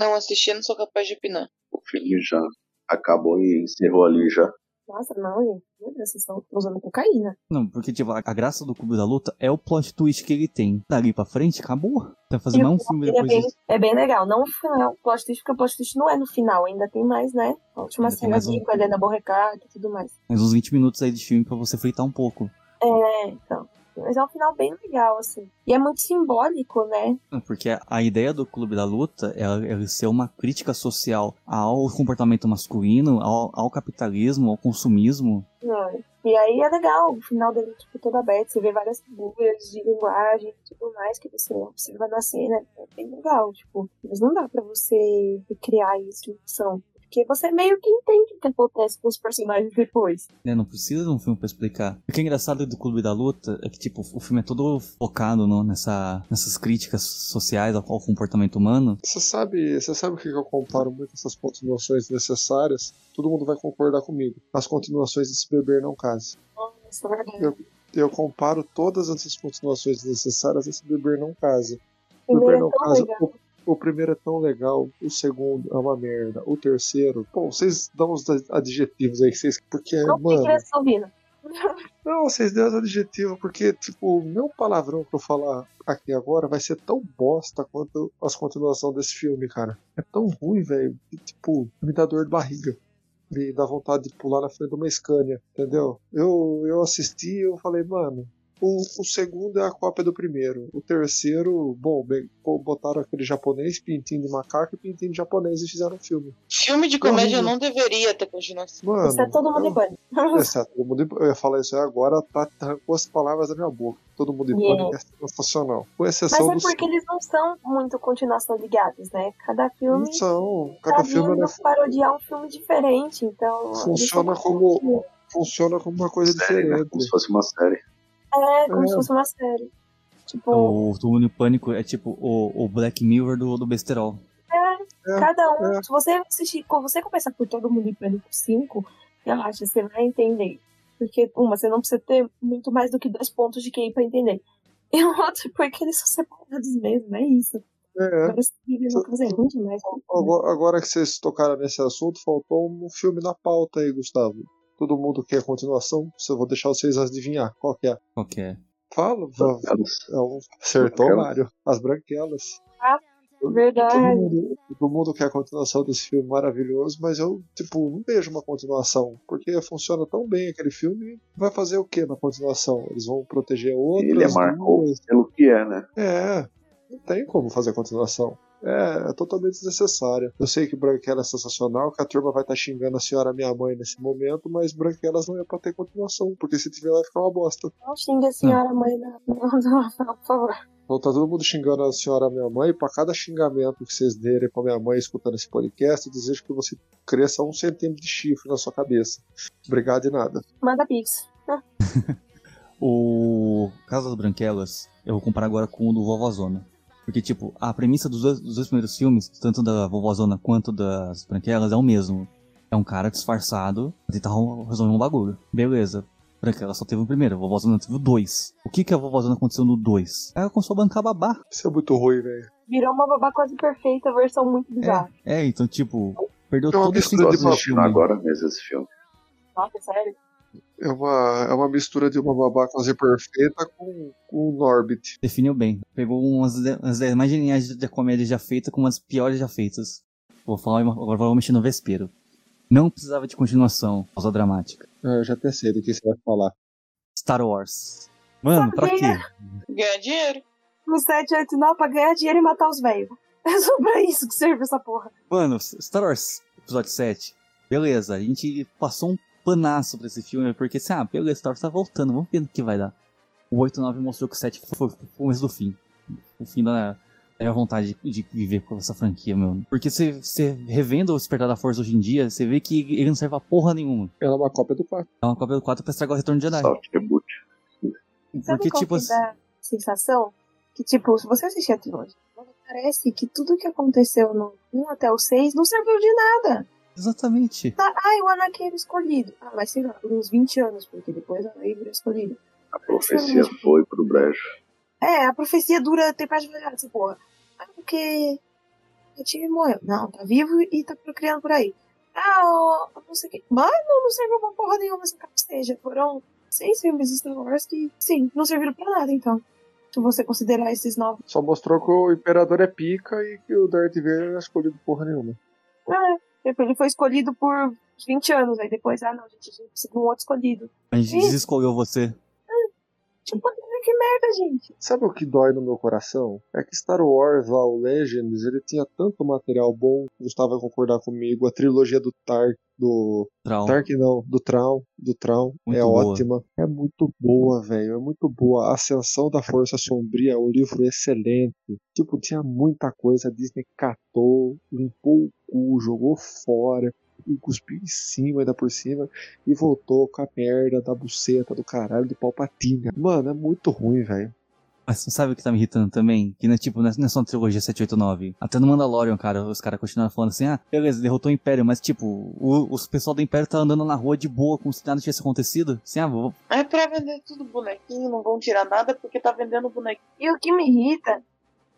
Não assisti, não sou capaz de opinar. O filme já acabou e encerrou ali já. Nossa, não, gente. Meu Deus, vocês estão usando cocaína. Não, porque tipo, a, a graça do Clube da Luta é o plot twist que ele tem. Dali pra frente, acabou. Tá fazendo mais um filme Ele é, depois bem, disso. é bem legal. Não o final, o plot twist, porque o plot twist não é no final, ainda tem mais, né? A última Ainda tem cena mais um. aqui com a Helena Borrecard e tudo mais. Mais uns 20 minutos aí de filme pra você fritar um pouco. É, então. Mas é um final bem legal, assim. E é muito simbólico, né? Não, Porque a, a ideia do Clube da Luta é ele ser uma crítica social ao comportamento masculino, ao, ao capitalismo, ao consumismo. Não. E aí é legal, o final dele, tipo, todo aberto. Você vê várias figuras de linguagem e tudo mais que você observa na cena. É bem legal, tipo. Mas não dá pra você criar isso em ação. Porque você meio que entende o que acontece com os personagens depois. Né, não precisa de um filme pra explicar. O que é engraçado do Clube da Luta é que, tipo, o filme é todo focado no- nessa, nessas críticas sociais ao, ao comportamento humano. Você sabe, você sabe o que eu comparo muito essas continuações necessárias? Todo mundo vai concordar comigo. As continuações de Se Beber Não Case. Nossa, é verdade. Eu comparo todas essas continuações necessárias a Se Beber Não Case. Se Primeiro Beber é Não tão Case, legal. o, o primeiro é tão legal, o segundo é uma merda, o terceiro... Bom, vocês dão os adjetivos aí, vocês... Porque, Não é, mano... fique resolvido. Não, vocês deram esse adjetivo, porque, tipo, o meu palavrão que eu falar aqui agora vai ser tão bosta quanto as continuações desse filme, cara. É tão ruim, velho, que, tipo, me dá dor de barriga. Me dá vontade de pular na frente de uma Scania, entendeu? Eu, eu assisti e eu falei, mano, o, o segundo é a cópia do primeiro. O terceiro, bom, bem, pô, botaram aquele japonês, pintinho de macaco e pintinho de japonês e fizeram um filme. Filme de comédia não deveria ter continuação. Mano, é um Está é todo mundo eu- em pânico. Exato, todo mundo em- eu ia falar isso aí agora, tá arrancou as palavras da minha boca. Todo mundo em Yeah. pânico é sensacional. Com Mas exceção é dos. porque eles não são muito continuação ligados, né? Cada Não filme são. Cada tá filme vindo né, parodiar um filme diferente, então... eles são funciona muito como. continuos. Funciona como uma coisa Série, né? diferente. Como se fosse uma série. É, como É. se fosse uma série. Então, Tipo, O Túmulo em Pânico é tipo o, o Black Mirror do, do Besterol. É, cada um... é. Se você assistir... Quando você começar por Todo Mundo em Pânico 5, relaxa, você vai entender. Porque, uma, você não precisa ter muito mais do que dois pontos de QI pra entender. E o outro, porque eles são separados mesmo, é isso. É. Agora, se vive uma coisa é ruim demais. Agora, agora que vocês tocaram nesse assunto, faltou um filme na pauta aí, Gustavo. Todo mundo quer continuação, só vou deixar vocês adivinhar qual que é. Qual que é? Fala, vá- Elas- é um- acertou o Branquelas. Mário. As branquelas. Todo Verdade. mundo, todo mundo quer a continuação desse filme maravilhoso, mas eu, tipo, não vejo uma continuação. Porque funciona tão bem aquele filme. Vai fazer o que na continuação? Eles vão proteger outros? Ele é marcou duas? pelo que é, né? É, não tem como fazer a continuação. É, é totalmente desnecessária. Eu sei que Branquela é sensacional, que a turma vai estar xingando a senhora minha mãe nesse momento, mas Branquelas não é pra ter continuação, porque se tiver vai ficar uma bosta. Não xinga a senhora mãe da Rafael, por favor. Então tá todo mundo xingando a senhora minha mãe. Pra cada xingamento que vocês derem pra minha mãe escutando esse podcast, eu desejo que você cresça um centímetro de chifre na sua cabeça. Obrigado e nada. Manda pix. O Casa das Branquelas, eu vou comparar agora com o do Vovozona. Porque, tipo, a premissa dos dois, dos dois primeiros filmes, tanto da Vovozona quanto das Branquelas, é o mesmo. É um cara disfarçado pra tentar arrum- resolver um bagulho. Beleza. Branquela só teve o primeiro, Vovozona teve o dois. O que que a Vovozona aconteceu no dois? Ela começou a bancar babá. Isso é muito ruim, velho. Virou uma babá quase perfeita, versão muito bizarra. É, então, tipo, perdeu Então, todo o isso Tô Tudo sentido do assistindo filme. agora mesmo esse filme. Nossa, sério. É uma, é uma mistura de uma babá quase perfeita com, com um Norbit. Definiu bem. Pegou umas de- as ideias mais geniais da comédia já feita com umas piores já feitas. Vou falar uma- agora vou mexer no vespeiro. Não precisava de continuação, pausa dramática. É, eu já pensei do que você vai falar. Star Wars. Mano, pra quê? Ganha dinheiro. No 789 pra ganhar dinheiro e matar os velhos. É só pra isso que serve essa porra. Mano, S- Star Wars episódio 7. Beleza, a gente passou um panaço pra esse filme, porque assim, ah, beleza, Star Wars tá voltando, vamos ver no que vai dar. O 8 9 mostrou que o 7 foi foi o começo do fim. O fim da, da minha vontade de, de viver com essa franquia, meu. Porque você você revendo o Despertar da Força hoje em dia, você vê que ele não serve a porra nenhuma. Ela é uma cópia do 4. É uma cópia do 4 pra estragar o Retorno de Jedi. Salt Reboot. Sabe Porque, qual tipo, que dá a sensação? Que, tipo, se você assistir a trilogia, parece que tudo que aconteceu no 1 até o 6 não serviu de nada. exatamente. Tá, ai, o Anakin era escolhido. Ah, mas sei lá, uns 20 anos, porque depois a Anakin era escolhida. A profecia foi pro brejo. É, a profecia dura tem mais devagar, essa porra. Ah, porque o time morreu. Não, tá vivo e tá procriando por aí. Ah, ó, não sei o que. Mano, não serviu pra porra nenhuma essa capsteja. Foram seis filmes de Star Wars que, sim, não serviram pra nada, então. Se você considerar esses novos. Só mostrou que o Imperador é pica e que o Darth Vader não é escolhido porra nenhuma. Ah, tipo, ele foi escolhido por 20 anos, aí depois, ah, não, gente, a gente precisa de um outro escolhido. A gente Sim. desescolheu você. Tipo, por que que merda, gente. Sabe o que dói no meu coração? É que Star Wars lá, o Legends, ele tinha tanto material bom, o Gustavo vai concordar comigo, a trilogia do Tark, do... Traum. Tark não, do Traum, do Traum, Muito é boa. ótima. É muito boa, velho, é muito boa. A Ascensão da Força Sombria é um livro excelente. Tipo, tinha muita coisa, a Disney catou, limpou o cu, jogou fora, e cuspiu em cima, ainda por cima, e voltou com a merda da buceta do caralho do Palpatinha. Mano, é muito ruim, velho. Mas sabe o que tá me irritando também? Que, né, tipo, não é não é só na trilogia 789. Até no Mandalorian, cara, os caras continuaram falando assim, ah, beleza, derrotou o Império, mas, tipo, o, os pessoal do Império tá andando na rua de boa, como se nada tivesse acontecido. Assim, ah, vou... É pra vender tudo bonequinho, não vão tirar nada porque tá vendendo bonequinho. E o que me irrita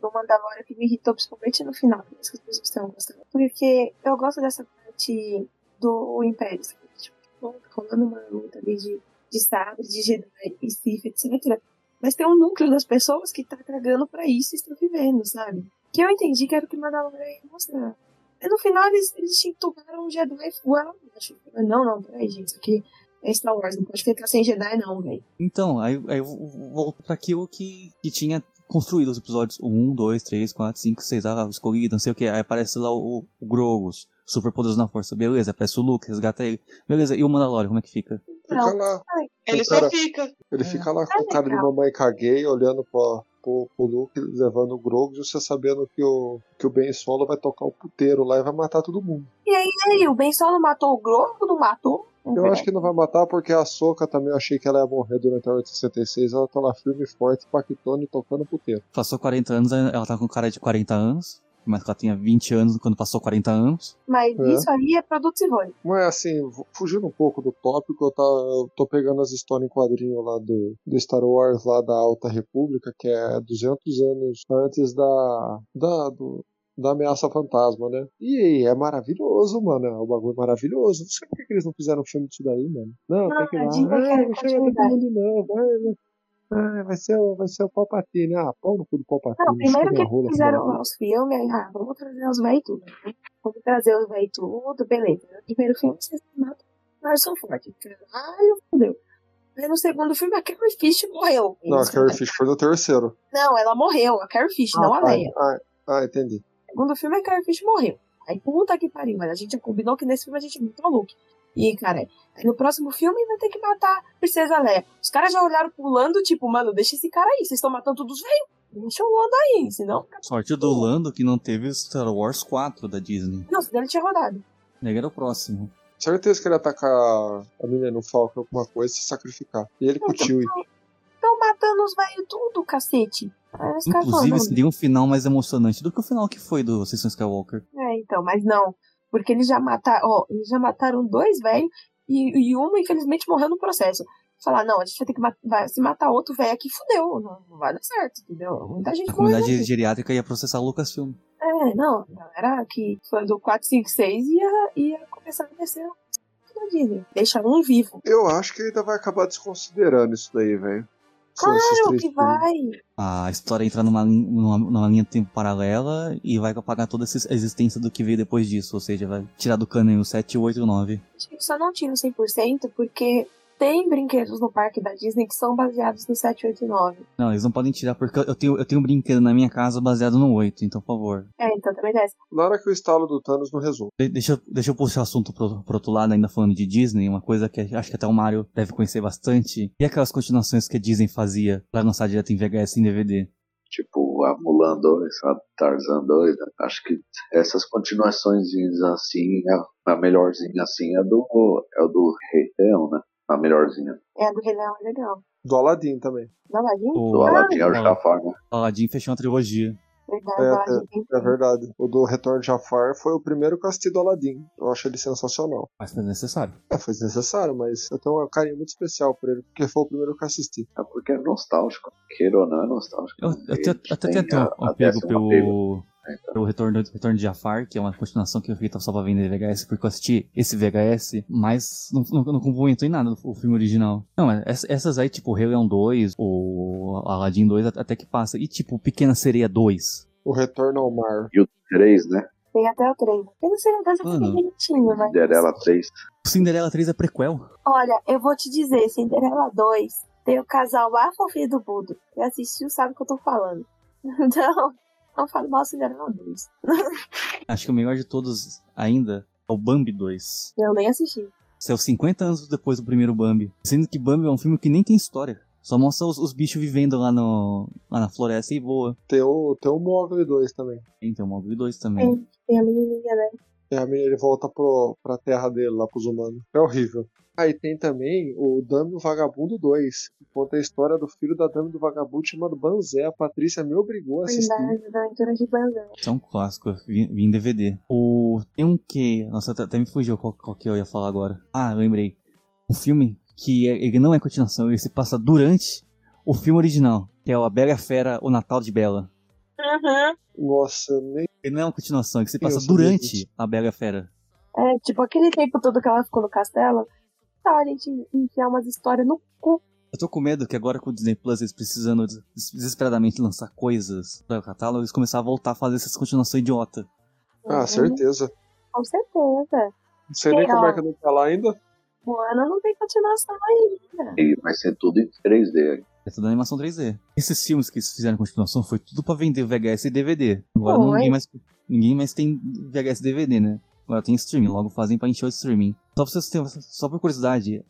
do Mandalorian, que me irritou principalmente no final, por isso que as pessoas estão gostando. Porque eu gosto dessa parte do Império, sabe? Tipo, bom, tá rolando uma luta ali de, de sabre, de Jedi e Sif, etc. Mas tem um núcleo das pessoas que tá tragando pra isso e estão vivendo, sabe? Que eu entendi que era o que o Mandalorian ia mostrar. E no final eles, eles te entubaram um Jedi voando. acho. Não, não, peraí, gente, isso aqui é Star Wars, não pode ficar sem Jedi não, velho. Então, aí, aí eu volto pra aquilo que, que tinha construído os episódios 1, 2, 3, 4, 5, 6, ah, escolhido, não sei o que. Aí aparece lá o, o Grogus, super poderoso na força, beleza. Aparece o Luke, resgata ele. Beleza, e o Mandalorian, como é que fica? Fica lá, Ele O só cara- fica. ele É. fica lá Tá com o cara de legal. mamãe caguei, olhando pra, pro, pro Luke, levando o Grogu, e você sabendo que o, que o Ben Solo vai tocar o puteiro lá e vai matar todo mundo. E aí, o Ben Solo matou o Grogu, não matou? Eu acho que não vai matar porque a Soca também eu achei que ela ia morrer durante a Ordem 66, ela tá lá firme e forte, paquitone, tocando o puteiro. Passou 40 anos, ela tá com cara de 40 anos. Mas ela tinha 20 anos quando passou 40 anos. Mas É. isso aí é produto Sivone. Mas assim, fu- fugindo um pouco do tópico, eu, tá, eu tô pegando as histórias em quadrinho lá do, do Star Wars, lá da Alta República, que é 200 anos antes da, da, do- da Ameaça Fantasma, né? E é maravilhoso, mano, é um bagulho maravilhoso. Não sei por que que eles não fizeram um filme disso daí, mano. Não, tem Não, que ir a lá. Disney Ah, não quer chama todo continuidade. mundo não, vai, vai. Ah, vai ser, o- vai ser o Palpatine. Ah, pau no cu do Palpatine. Não, primeiro chupa que na rola, né? fizeram filho da lá os filmes, aí, ah, vamos trazer os véi tudo, né? Vamos trazer os véi tudo, beleza. No primeiro filme, vocês matam o Harrison Ford. Caralho, fodeu. Aí no segundo filme, a Carrie Fish morreu. puta. Não, a Eles- Carrie Fisher foi no terceiro. Não, ela morreu, a Carrie Fish, não a ah, Leia. ah, ah, entendi. segundo filme, a Carrie Fisher morreu. Aí, puta que pariu, mas a gente já combinou que nesse filme a gente matou o Luke. E, cara, aí no próximo filme vai ter que matar a Princesa Leia. Os caras já olharam pulando, tipo, mano, deixa esse cara aí, vocês estão matando todos os velhos. Deixa o Lando aí, senão. Sorte do Lando que não teve Star Wars 4 da Disney. Não, senão ele tinha rodado. Ele era o próximo. Certeza que ele ia atacar a menina no Falcon alguma coisa e se sacrificar. E Então. ele com o Chewie. Estão matando os velhos tudo, cacete. Aí os caras falam, Inclusive, não, seria um final mais emocionante do que o final que foi do Sessão Skywalker. É, então, mas não. Porque eles já mataram, ó, eles já mataram dois velhos e, e uma, infelizmente, morreu no processo. Falar, não, a gente vai ter que ma- vai- se matar outro velho aqui, fudeu, não, não vai dar certo, entendeu? Muita gente A morreu. comunidade geriátrica ia processar o Lucasfilm. É, não, a galera que foi do 456 ia, ia começar a descer o da Disney. Deixar um vivo. Eu acho que ele ainda vai acabar desconsiderando isso daí, velho. São esses Claro três que filmes. vai. A história entra numa, lin- numa, numa linha de tempo paralela e vai apagar toda essa existência do que veio depois disso. Ou seja, vai tirar do cano o 7, 8 e o 9. Acho que só não tira 100% porque tem brinquedos no parque da Disney que são baseados no 789. Não, eles não podem tirar porque eu tenho, eu tenho um brinquedo na minha casa baseado no 8, então por favor. É, então também dessa. Na hora que o estalo do Thanos não resolve. De- deixa, eu- deixa eu puxar o assunto pro, pro outro lado, ainda falando de Disney, uma coisa que acho que até o Mario deve conhecer bastante. E aquelas continuações que a Disney fazia pra lançar direto em VHS e em DVD? Tipo, a Mulan 2, a Tarzan 2, né? acho que essas continuações assim, a, a melhorzinha assim é do é o do Rei Leão, né? A melhorzinha. É, a do Rei Leão é legal. Do Aladdin também. Não, Aladdin? Do O Aladdin ao Jafar, né? Aladdin fechou uma trilogia. Verdade, É, ela já tem É tempo. verdade. O do Retorno de Jafar foi o primeiro que eu assisti do Aladdin. Eu acho ele sensacional. Mas foi necessário. É, foi desnecessário, mas eu tenho um carinho muito especial por ele, porque foi o primeiro que eu assisti. É porque é nostálgico. Queira ou não, é nostálgico. Eu, eu te- Eles até têm tento a- um a apego décima pega. pelo, pelo retorno, retorno de Jafar, que é uma continuação que eu fiz só pra vender VHS, porque eu assisti esse VHS, mas não, não, não complementou em nada o filme original. Não, é- ess- essas aí, tipo, Rei Leão 2, o Aladdin 2, at- até que passa. E, tipo, Pequena Sereia 2. O Retorno ao Mar. E o 3, né? Tem até o trem. Eu não sei, mas eu é. Mano. fiquei bonitinho, vai. Cinderela 3. Cinderela 3 é prequel. Olha, eu vou te dizer, Cinderela 2 Tem o casal A Fofinha do Budo. Quem assistiu sabe o que eu tô falando. Então, não falo mal se não, Deus. Acho que o melhor de todos ainda é o Bambi 2. Eu nem assisti. Saiu 50 anos depois do primeiro Bambi. Sendo que Bambi é um filme que nem tem história. Só mostra os, os bichos vivendo lá, no, lá na floresta e boa. Tem o, tem o Mogli 2 também. Tem, tem o Mowgli 2 também. Tem a menininha, né? E É, a menina ele volta pro, pra terra dele, lá pros humanos. É horrível. Aí tem também o Dame do Vagabundo 2, que conta a história do filho da Dame do Vagabundo chamado Banzé. A Patrícia me obrigou a assistir. Verdade, da aventura de Banzan. Isso é um clássico, vim vi em DVD. O... Tem um que... Nossa, até, até me fugiu qual, qual que eu ia falar agora. Ah, lembrei. Um filme que é- ele não é continuação, ele se passa durante o filme original, que é o A Bela e a Fera, O Natal de Bela. Uhum. Nossa, eu nem. Ele não é uma continuação, ele se Eu passa sabia disso. durante A Bela e a Fera. É, tipo, aquele tempo todo que ela ficou no castelo, tá a gente enfiar umas histórias no cu. Eu tô com medo que agora com o Disney Plus eles precisando des- desesperadamente lançar coisas para o catálogo, eles começar a voltar a fazer essas continuações idiota. Ah, Uhum. certeza. Com certeza. Não sei nem Legal. como é que não tá lá ainda. Moana não tem continuação ainda. E vai ser tudo em 3D. É tudo animação 3D. Esses filmes que eles fizeram continuação foi tudo pra vender VHS e DVD. Agora Foi. ninguém mais, ninguém mais tem VHS e DVD, né? Agora tem streaming, logo fazem pra encher o streaming. Só pra vocês terem, só por curiosidade,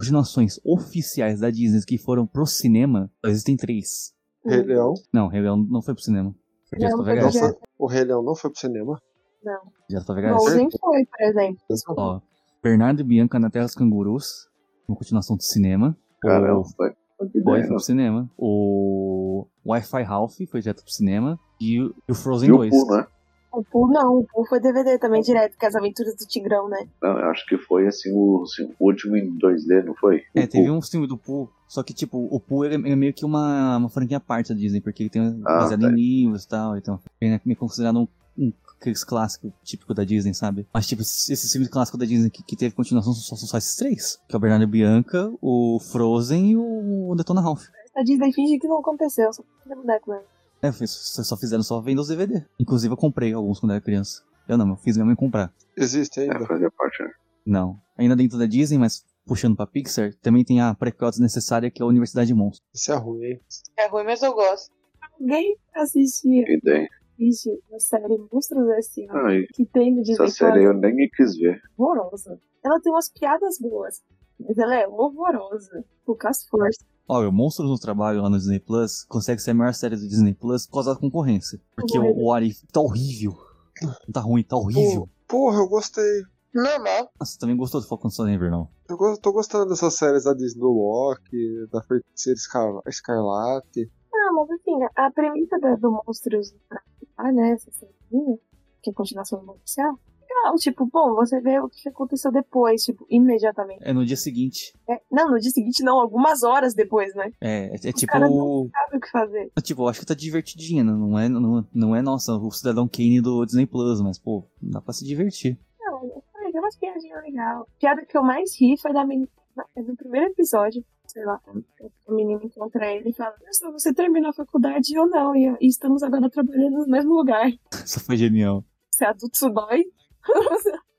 continuações oficiais da Disney que foram pro cinema, só existem três. Uhum. Rei Leão. Não, Rei Leão não foi pro cinema. Foi Não, direto pra foi Não VHS. foi, o Rei Leão não foi pro cinema. Não. Direto pra VHS. Golden foi, por exemplo. Ó, Bernardo e Bianca na Terra dos Cangurus, uma continuação do cinema. Caramba, O foi. Boy foi pro cinema. O Wi-Fi Ralph foi direto pro cinema. E o, e o Frozen E o 2. Pooh, né? O Pooh não, o Pooh foi DVD também, direto, que é as aventuras do Tigrão, né? Não, eu acho que foi assim o, assim, o último em 2D, não foi? É, O teve Pooh. um filme do Pooh, só que, tipo, o Pooh ele é ele é meio que uma, uma franquia à parte da Disney, porque ele tem um Ah, baseado tá. em livros e tal, então ele é meio considerado um, um aqueles clássico típico da Disney, sabe? Mas, tipo, esses esses filmes clássicos da Disney que, que teve continuação só são só esses três, que é o Bernardo e Bianca, o Frozen e o Detona Ralph. A Disney finge que não aconteceu, só pra fazer boneco mesmo. É, fez- só só fizeram só vendo os DVD. Inclusive, eu comprei alguns quando era criança. Eu não, eu fiz minha mãe comprar. Existe um É, ainda. fazia parte, né? Não. Ainda dentro da Disney, mas puxando pra Pixar, também tem a prequel desnecessária que é a Universidade Monstro. Isso é ruim, hein? É ruim, mas eu gosto. Ninguém assistia, E daí? assiste a série Monstros S.A. Ah, e que tem no essa Disney série é eu nem quis ver. horrorosa. Ela tem umas piadas boas, mas ela é horrorosa. Poucas forças. Olha, o Monstros no Trabalho lá no Disney Plus consegue ser a maior série do Disney Plus por causa da concorrência. Porque o, o Arif tá horrível. Não tá ruim, tá horrível. Porra, eu gostei. Normal. Ah, você também gostou do Falcon Sonever, não? Eu go- tô gostando dessas séries da Disney, do Loki, da Feiticeira Escar- Escarlate. Ah, mas enfim, a premissa da- do Monstros ah, né? Essa sériezinha, que é a continuação do oficial. Legal, tipo, bom, você vê o que aconteceu depois, tipo, imediatamente. É no dia seguinte. É, não, no dia seguinte não, algumas horas depois, né? É, é, é tipo. caras não- Sabe o que fazer. é Tipo, eu acho que tá divertidinha, né? não é, não, não é, nossa, o Cidadão Kane do Disney Plus, mas, pô, dá pra se divertir. Não, é, tem umas piadinhas legal. A piada que eu mais ri foi da menina, é do primeiro episódio, sei lá, a menina encontra ele e fala, "Nossa, você terminou a faculdade ou não, e, e estamos agora trabalhando no mesmo lugar. Isso foi genial. Você é adulto Tsuboi?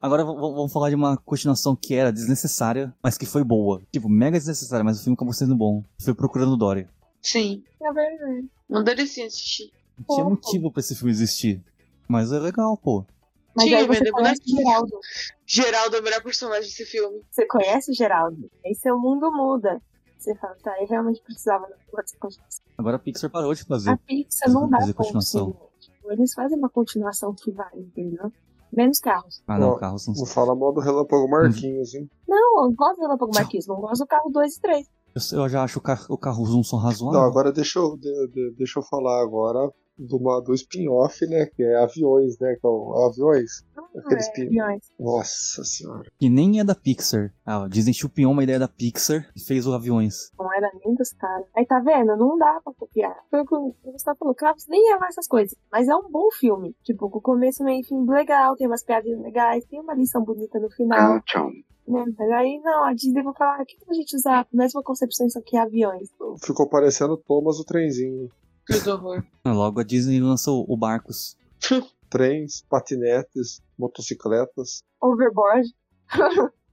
Agora v- v- vamos falar de uma continuação que era desnecessária, mas que foi boa. Tipo, mega desnecessária, mas o filme acabou sendo bom. Foi Procurando Dory. Sim. É verdade. Uma delicinha assistir. Não tinha Pô. motivo pra esse filme existir. Mas é legal, pô. Mas Tinha, aí você vendeu conhece o bonequinho. Geraldo. Geraldo é o melhor personagem desse filme. Você conhece o Geraldo. Aí seu mundo muda. Você fala, tá, eu realmente precisava dessa continuação. Agora a Pixar parou de fazer. A Pixar não Fazer dá ponto. continuação. Tipo, eles fazem uma continuação que vale, entendeu? Menos carros. Ah, não, Ó, carros não. Não fala mal do Relâmpago Marquinhos, hein? Não, eu gosto do Relâmpago Marquinhos, não gosto do carro 2 e 3. Eu, eu já acho o, car o carros um som razoável. Não, agora deixa eu, de- de- deixa eu falar agora de uma- do spin-off, né? Que é aviões, né? Que é o- aviões. Não, Aqueles é, pi- aviões. Nossa senhora. Que nem é da Pixar. Ah, o Disney chupiou uma ideia da Pixar e fez os aviões. Não era nem dos caras. Aí tá vendo? Não dá pra copiar. Foi o que o Gustavo falou. Carros nem é mais essas coisas. Mas é um bom filme. Tipo, com começo, meio e fim legal. Tem umas piadinhas legais. Tem uma lição bonita no final. Ah, tchau. né? Mas aí não, a Disney vai falar, "Ah, o que que a gente usar a mesma concepção só que aviões? Ficou parecendo Thomas o trenzinho. Que horror. Ah, Logo a Disney lançou o Barcos. Trens, patinetes, motocicletas. Overboard.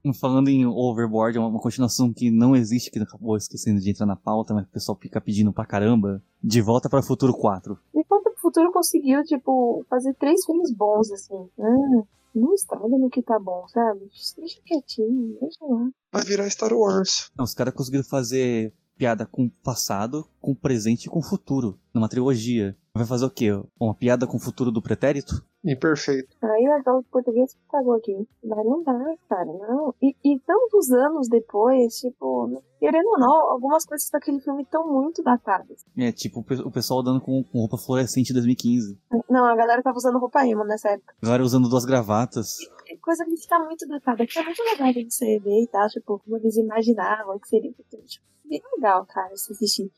Hum, Falando em Overboard, é uma, uma continuação que não existe, que acabou esquecendo de entrar na pauta, mas o pessoal fica pedindo pra caramba. De Volta para o Futuro 4. E quanto o futuro conseguiu, tipo, fazer três filmes bons, assim. Ah, não estraga no que tá bom, sabe? Deixa quietinho, deixa lá. Vai virar Star Wars. Não, os caras conseguiram fazer piada com o passado, com o presente e com o futuro, numa trilogia. Vai fazer o quê? Uma piada com o futuro do pretérito? Imperfeito. Aí o adulto português cagou aqui. Mas não dá, cara, não. E, e tantos anos depois, tipo, querendo ou não, algumas coisas daquele filme estão muito datadas. É tipo o pe- o pessoal andando com, com roupa fluorescente em 2015. Não, a galera tava usando roupa emo nessa época. Agora usando duas gravatas. É coisa que tá muito datada, que é muito legal de você ver e tal, tipo, como eles imaginavam que seria o futuro. Tipo, bem legal, cara, se assistir.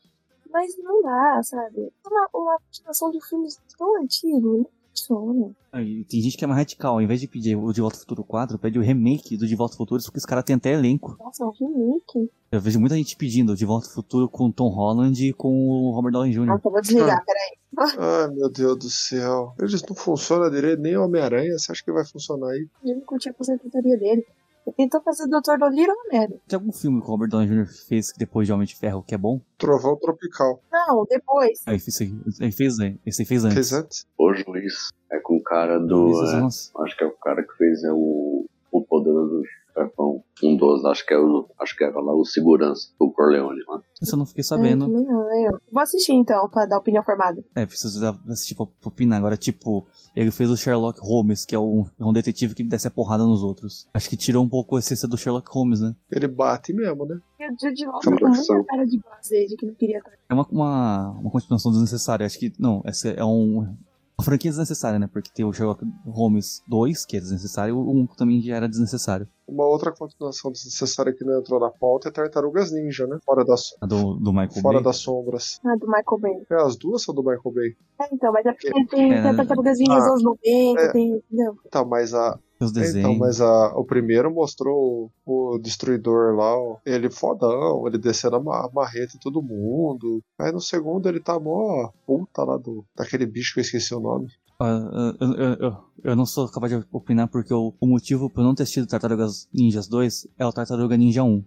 Mas não dá, sabe? Uma, uma continuação de filmes tão antigo, né? não funciona. Ah, e Tem gente que é mais radical, ao invés de pedir o De Volta ao Futuro 4, pede o remake do De Volta ao Futuro, só que os caras têm até elenco. Nossa, é um remake. Eu vejo muita gente pedindo o De Volta ao Futuro com o Tom Holland e com o Robert Downey Jr. Nossa, eu vou desligar, peraí. Ai, meu Deus do céu. Eles não funcionam direito, nem Homem-Aranha. Você acha que vai funcionar aí? Eu não curti a aposentadoria dele. Ele tentou fazer o Dr. Doliro uma merda. Tem algum filme que o Robert Downey Jr. fez que depois de Homem de Ferro que é bom? Trovão Tropical. Não, depois. Ah, Ele fez, ele fez, né? Esse ele fez antes. Fez antes? O juiz é com o cara Ele do. fez é, antes. acho que é o cara que fez é o, o Poderoso Chefão. Um dos, acho que, é o, acho que era lá o Segurança, o Corleone né? lá. Isso eu não fiquei É, sabendo. também não, eu. Vou assistir então, pra dar opinião formada. É, preciso dar- assistir pra pra opinar. Agora, tipo, ele fez o Sherlock Holmes, que é um, é um detetive que desce a porrada nos outros. Acho que tirou um pouco a essência do Sherlock Holmes, né? Ele bate mesmo, né? E o dia de volta Fala, com Marcelo. muita cara de base de que não queria estar. É uma, uma, uma continuação desnecessária. Acho que, não, essa é um, uma franquia desnecessária, né? Porque tem o Sherlock Holmes 2, que é desnecessário, e o 1 que também já era desnecessário. Uma outra continuação desnecessária que não entrou na pauta é Tartarugas Ninja, né? Fora das, A do, do Michael fora Bay. das sombras. Ah, do Michael Bay. É, as duas são do Michael Bay. É, então, mas é porque tem, É, tem a tartarugas ninjas ah, anos 90, é. tem. Não, Tá, mas a. Os é, desenhos. Então, mas a, o primeiro mostrou o, o destruidor lá, ó, ele fodão, ele descendo a ma- marreta em todo mundo. Aí no segundo ele tá mó puta lá do. Daquele bicho que eu esqueci o nome. Ah, eu, eu- eu- eu não sou capaz de opinar porque o, o motivo por eu não ter assistido Tartarugas Ninjas 2 é o Tartaruga Ninja 1.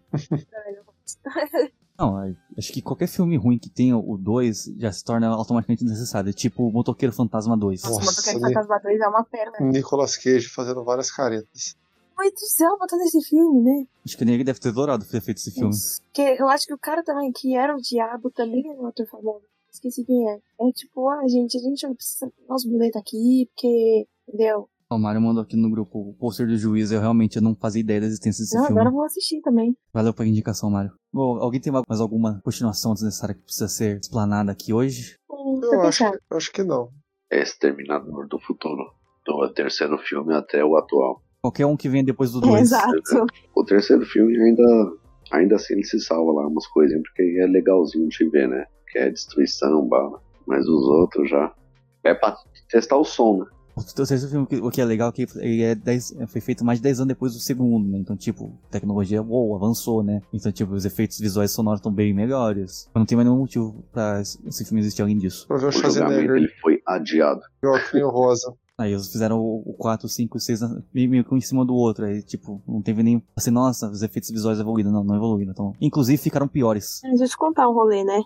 Não, a- acho que qualquer filme ruim que tenha o 2 já se torna automaticamente necessário. Tipo o Motoqueiro Fantasma 2. nossa, Nossa, o Motoqueiro né? Fantasma 2 é uma perna. Nicolas Cage fazendo várias caretas. Mas do céu, botou nesse filme, né? Acho que nem ele deve ter adorado ter feito esse filme. Que eu acho que o cara também, que era o diabo, também era um ator famoso. Esqueci quem é. É tipo, ah, gente, a gente não precisa pegar os boletos aqui, porque. Entendeu? O Mário mandou aqui no grupo o pôster do juiz. Eu realmente eu não fazia ideia da existência desse Não, filme. Ah, agora eu vou assistir também. Valeu pela indicação, Mário. Bom, alguém tem mais alguma continuação desnecessária que precisa ser explanada aqui hoje? Hum, Eu tô acho, pensando. eu acho que não. é Exterminador do Futuro. Do terceiro filme até o atual. Qualquer um que venha depois do É, 2. exato. né? O terceiro filme ainda, ainda assim ele se salva lá umas coisinhas, porque é legalzinho de ver, né? Que é destruição, bala. Mas os outros já. É pra testar o som, né? O terceiro filme, que- o que é legal é que ele é dez- foi feito mais de 10 anos depois do segundo, né? Então, tipo, a tecnologia, uou, avançou, né? Então, tipo, os efeitos visuais e sonoros estão bem melhores. Não tem mais nenhum motivo pra esse esse filme existir além disso. Pra ver o O julgamento Schwarzenegger ele foi adiado. e o Oclinho Rosa. Aí eles fizeram o o 4, o 5 e o 6 na- meio meio que um em cima do outro. Aí, tipo, não teve nem... Assim, nossa, os efeitos visuais evoluíram. Não, não evoluíram. Então, inclusive, ficaram piores. Deixa eu te contar um rolê, né?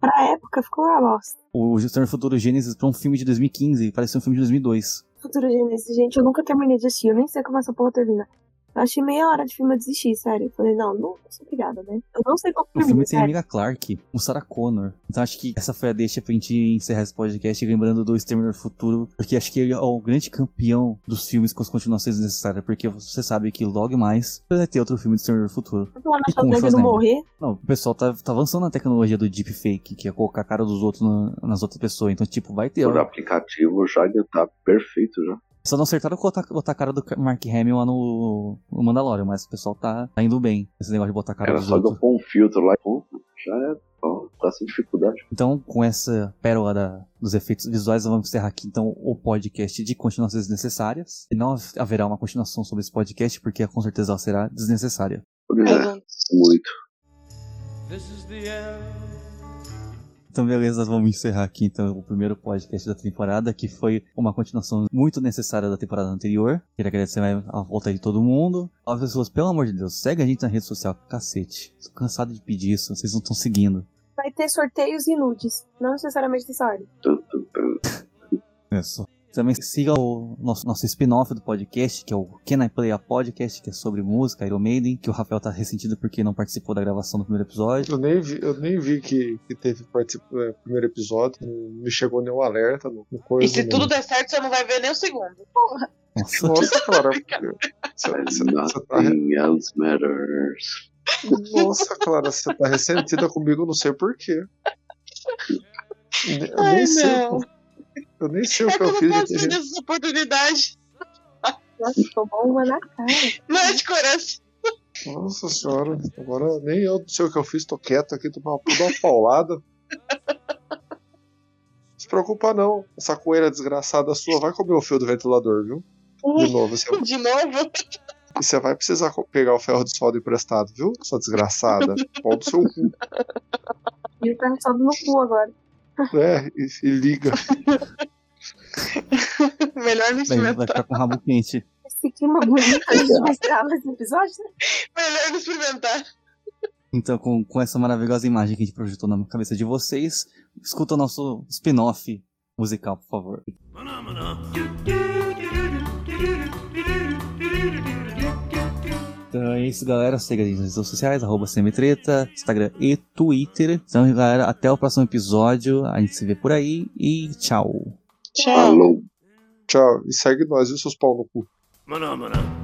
Pra época ficou uma bosta. O Return to Futuro Gênesis pra um filme de 2015 parecia um filme de 2002. Futuro Gênesis, gente, eu nunca terminei de assistir, eu nem sei como essa porra termina. Eu achei meia hora de filme eu desisti, sério. Eu falei, não, não sou obrigada, né? Eu não sei como O filme tem termina, a sério. Emilia Clarke, o Sarah Connor. Então acho que essa foi a deixa pra gente encerrar esse podcast lembrando do Exterminador do Futuro, porque acho que ele é o grande campeão dos filmes com as continuações necessárias, porque você sabe que logo mais vai ter outro filme do Exterminador do Futuro. Eu tô lá na E com o Schwarzenegger não morrer. Não, o pessoal tá, tá avançando na tecnologia do deepfake, que é colocar a cara dos outros na- nas outras pessoas. Então, tipo, vai ter. Por ó. aplicativo já ele tá perfeito já. Só não acertaram botar, botar a cara do Mark Hamill lá no, no Mandalorian, mas o pessoal tá, tá indo bem. Esse negócio de botar a cara Era dos só outros. eu pôr um filtro lá e pum, já é. Ó, tá sem dificuldade. Então, com essa pérola da- dos efeitos visuais, vamos encerrar aqui então o podcast de continuações necessárias. E não haverá uma continuação sobre esse podcast, porque com certeza ela será né? desnecessária. Pois é, Exato. muito. This is the end Então, beleza, vamos encerrar aqui então o primeiro podcast da temporada, que foi uma continuação muito necessária da temporada anterior. Queria agradecer a volta de todo mundo. As pessoas, pelo amor de Deus, segue a gente na rede social, cacete. Tô cansado de pedir isso, vocês não estão seguindo. Vai ter sorteios e nudes. Não necessariamente dessa ordem. Tum, tum, tum. Isso. Também siga o nosso, nosso spin-off do podcast, que é o Can I Play a Podcast, que é sobre música, Iron Maiden, que o Rafael tá ressentido porque não participou da gravação do primeiro episódio. Eu nem vi, eu nem vi que, que teve particip- é, primeiro episódio, não me chegou nenhum alerta, não, não coisa E se nenhuma. tudo der certo, você não vai ver nem o segundo. Nossa, Nossa, cara. Você, você- você tá re- Nothing else matters. Nossa, Clara, você tá ressentida comigo, não sei porquê. Eu Ai, nem sei. não. Eu nem sei o É que que eu eu não fiz. de posso ter perder gente- essa oportunidade. Nossa, tomou uma na cara. Mas de coração. Nossa senhora, agora nem eu sei o que eu fiz, tô quieto aqui, tô uma, tô uma paulada. Não se preocupa não, essa coelha desgraçada sua vai comer o fio do ventilador, viu? De novo, você, De novo. e você vai precisar co- pegar o ferro de solda emprestado, viu? Sua desgraçada, pau do seu cu, E o cara sobe no cu agora. né? E, e liga. Melhor não daí experimentar. vai ficar com o rabo quente. Esse clima bonito a gente vai tirar nesse episódio, né? Melhor não experimentar. Então, com, com essa maravilhosa imagem que a gente projetou na cabeça de vocês, escuta o nosso spin-off musical, por favor. Então é isso, galera. Segue a gente nas redes sociais, arroba CMTreta, Instagram e Twitter. Então, galera, até o próximo episódio. A gente se vê por aí e tchau. Tchau. Falou. Tchau, e segue nós, viu, seus pau no cu. Manamana.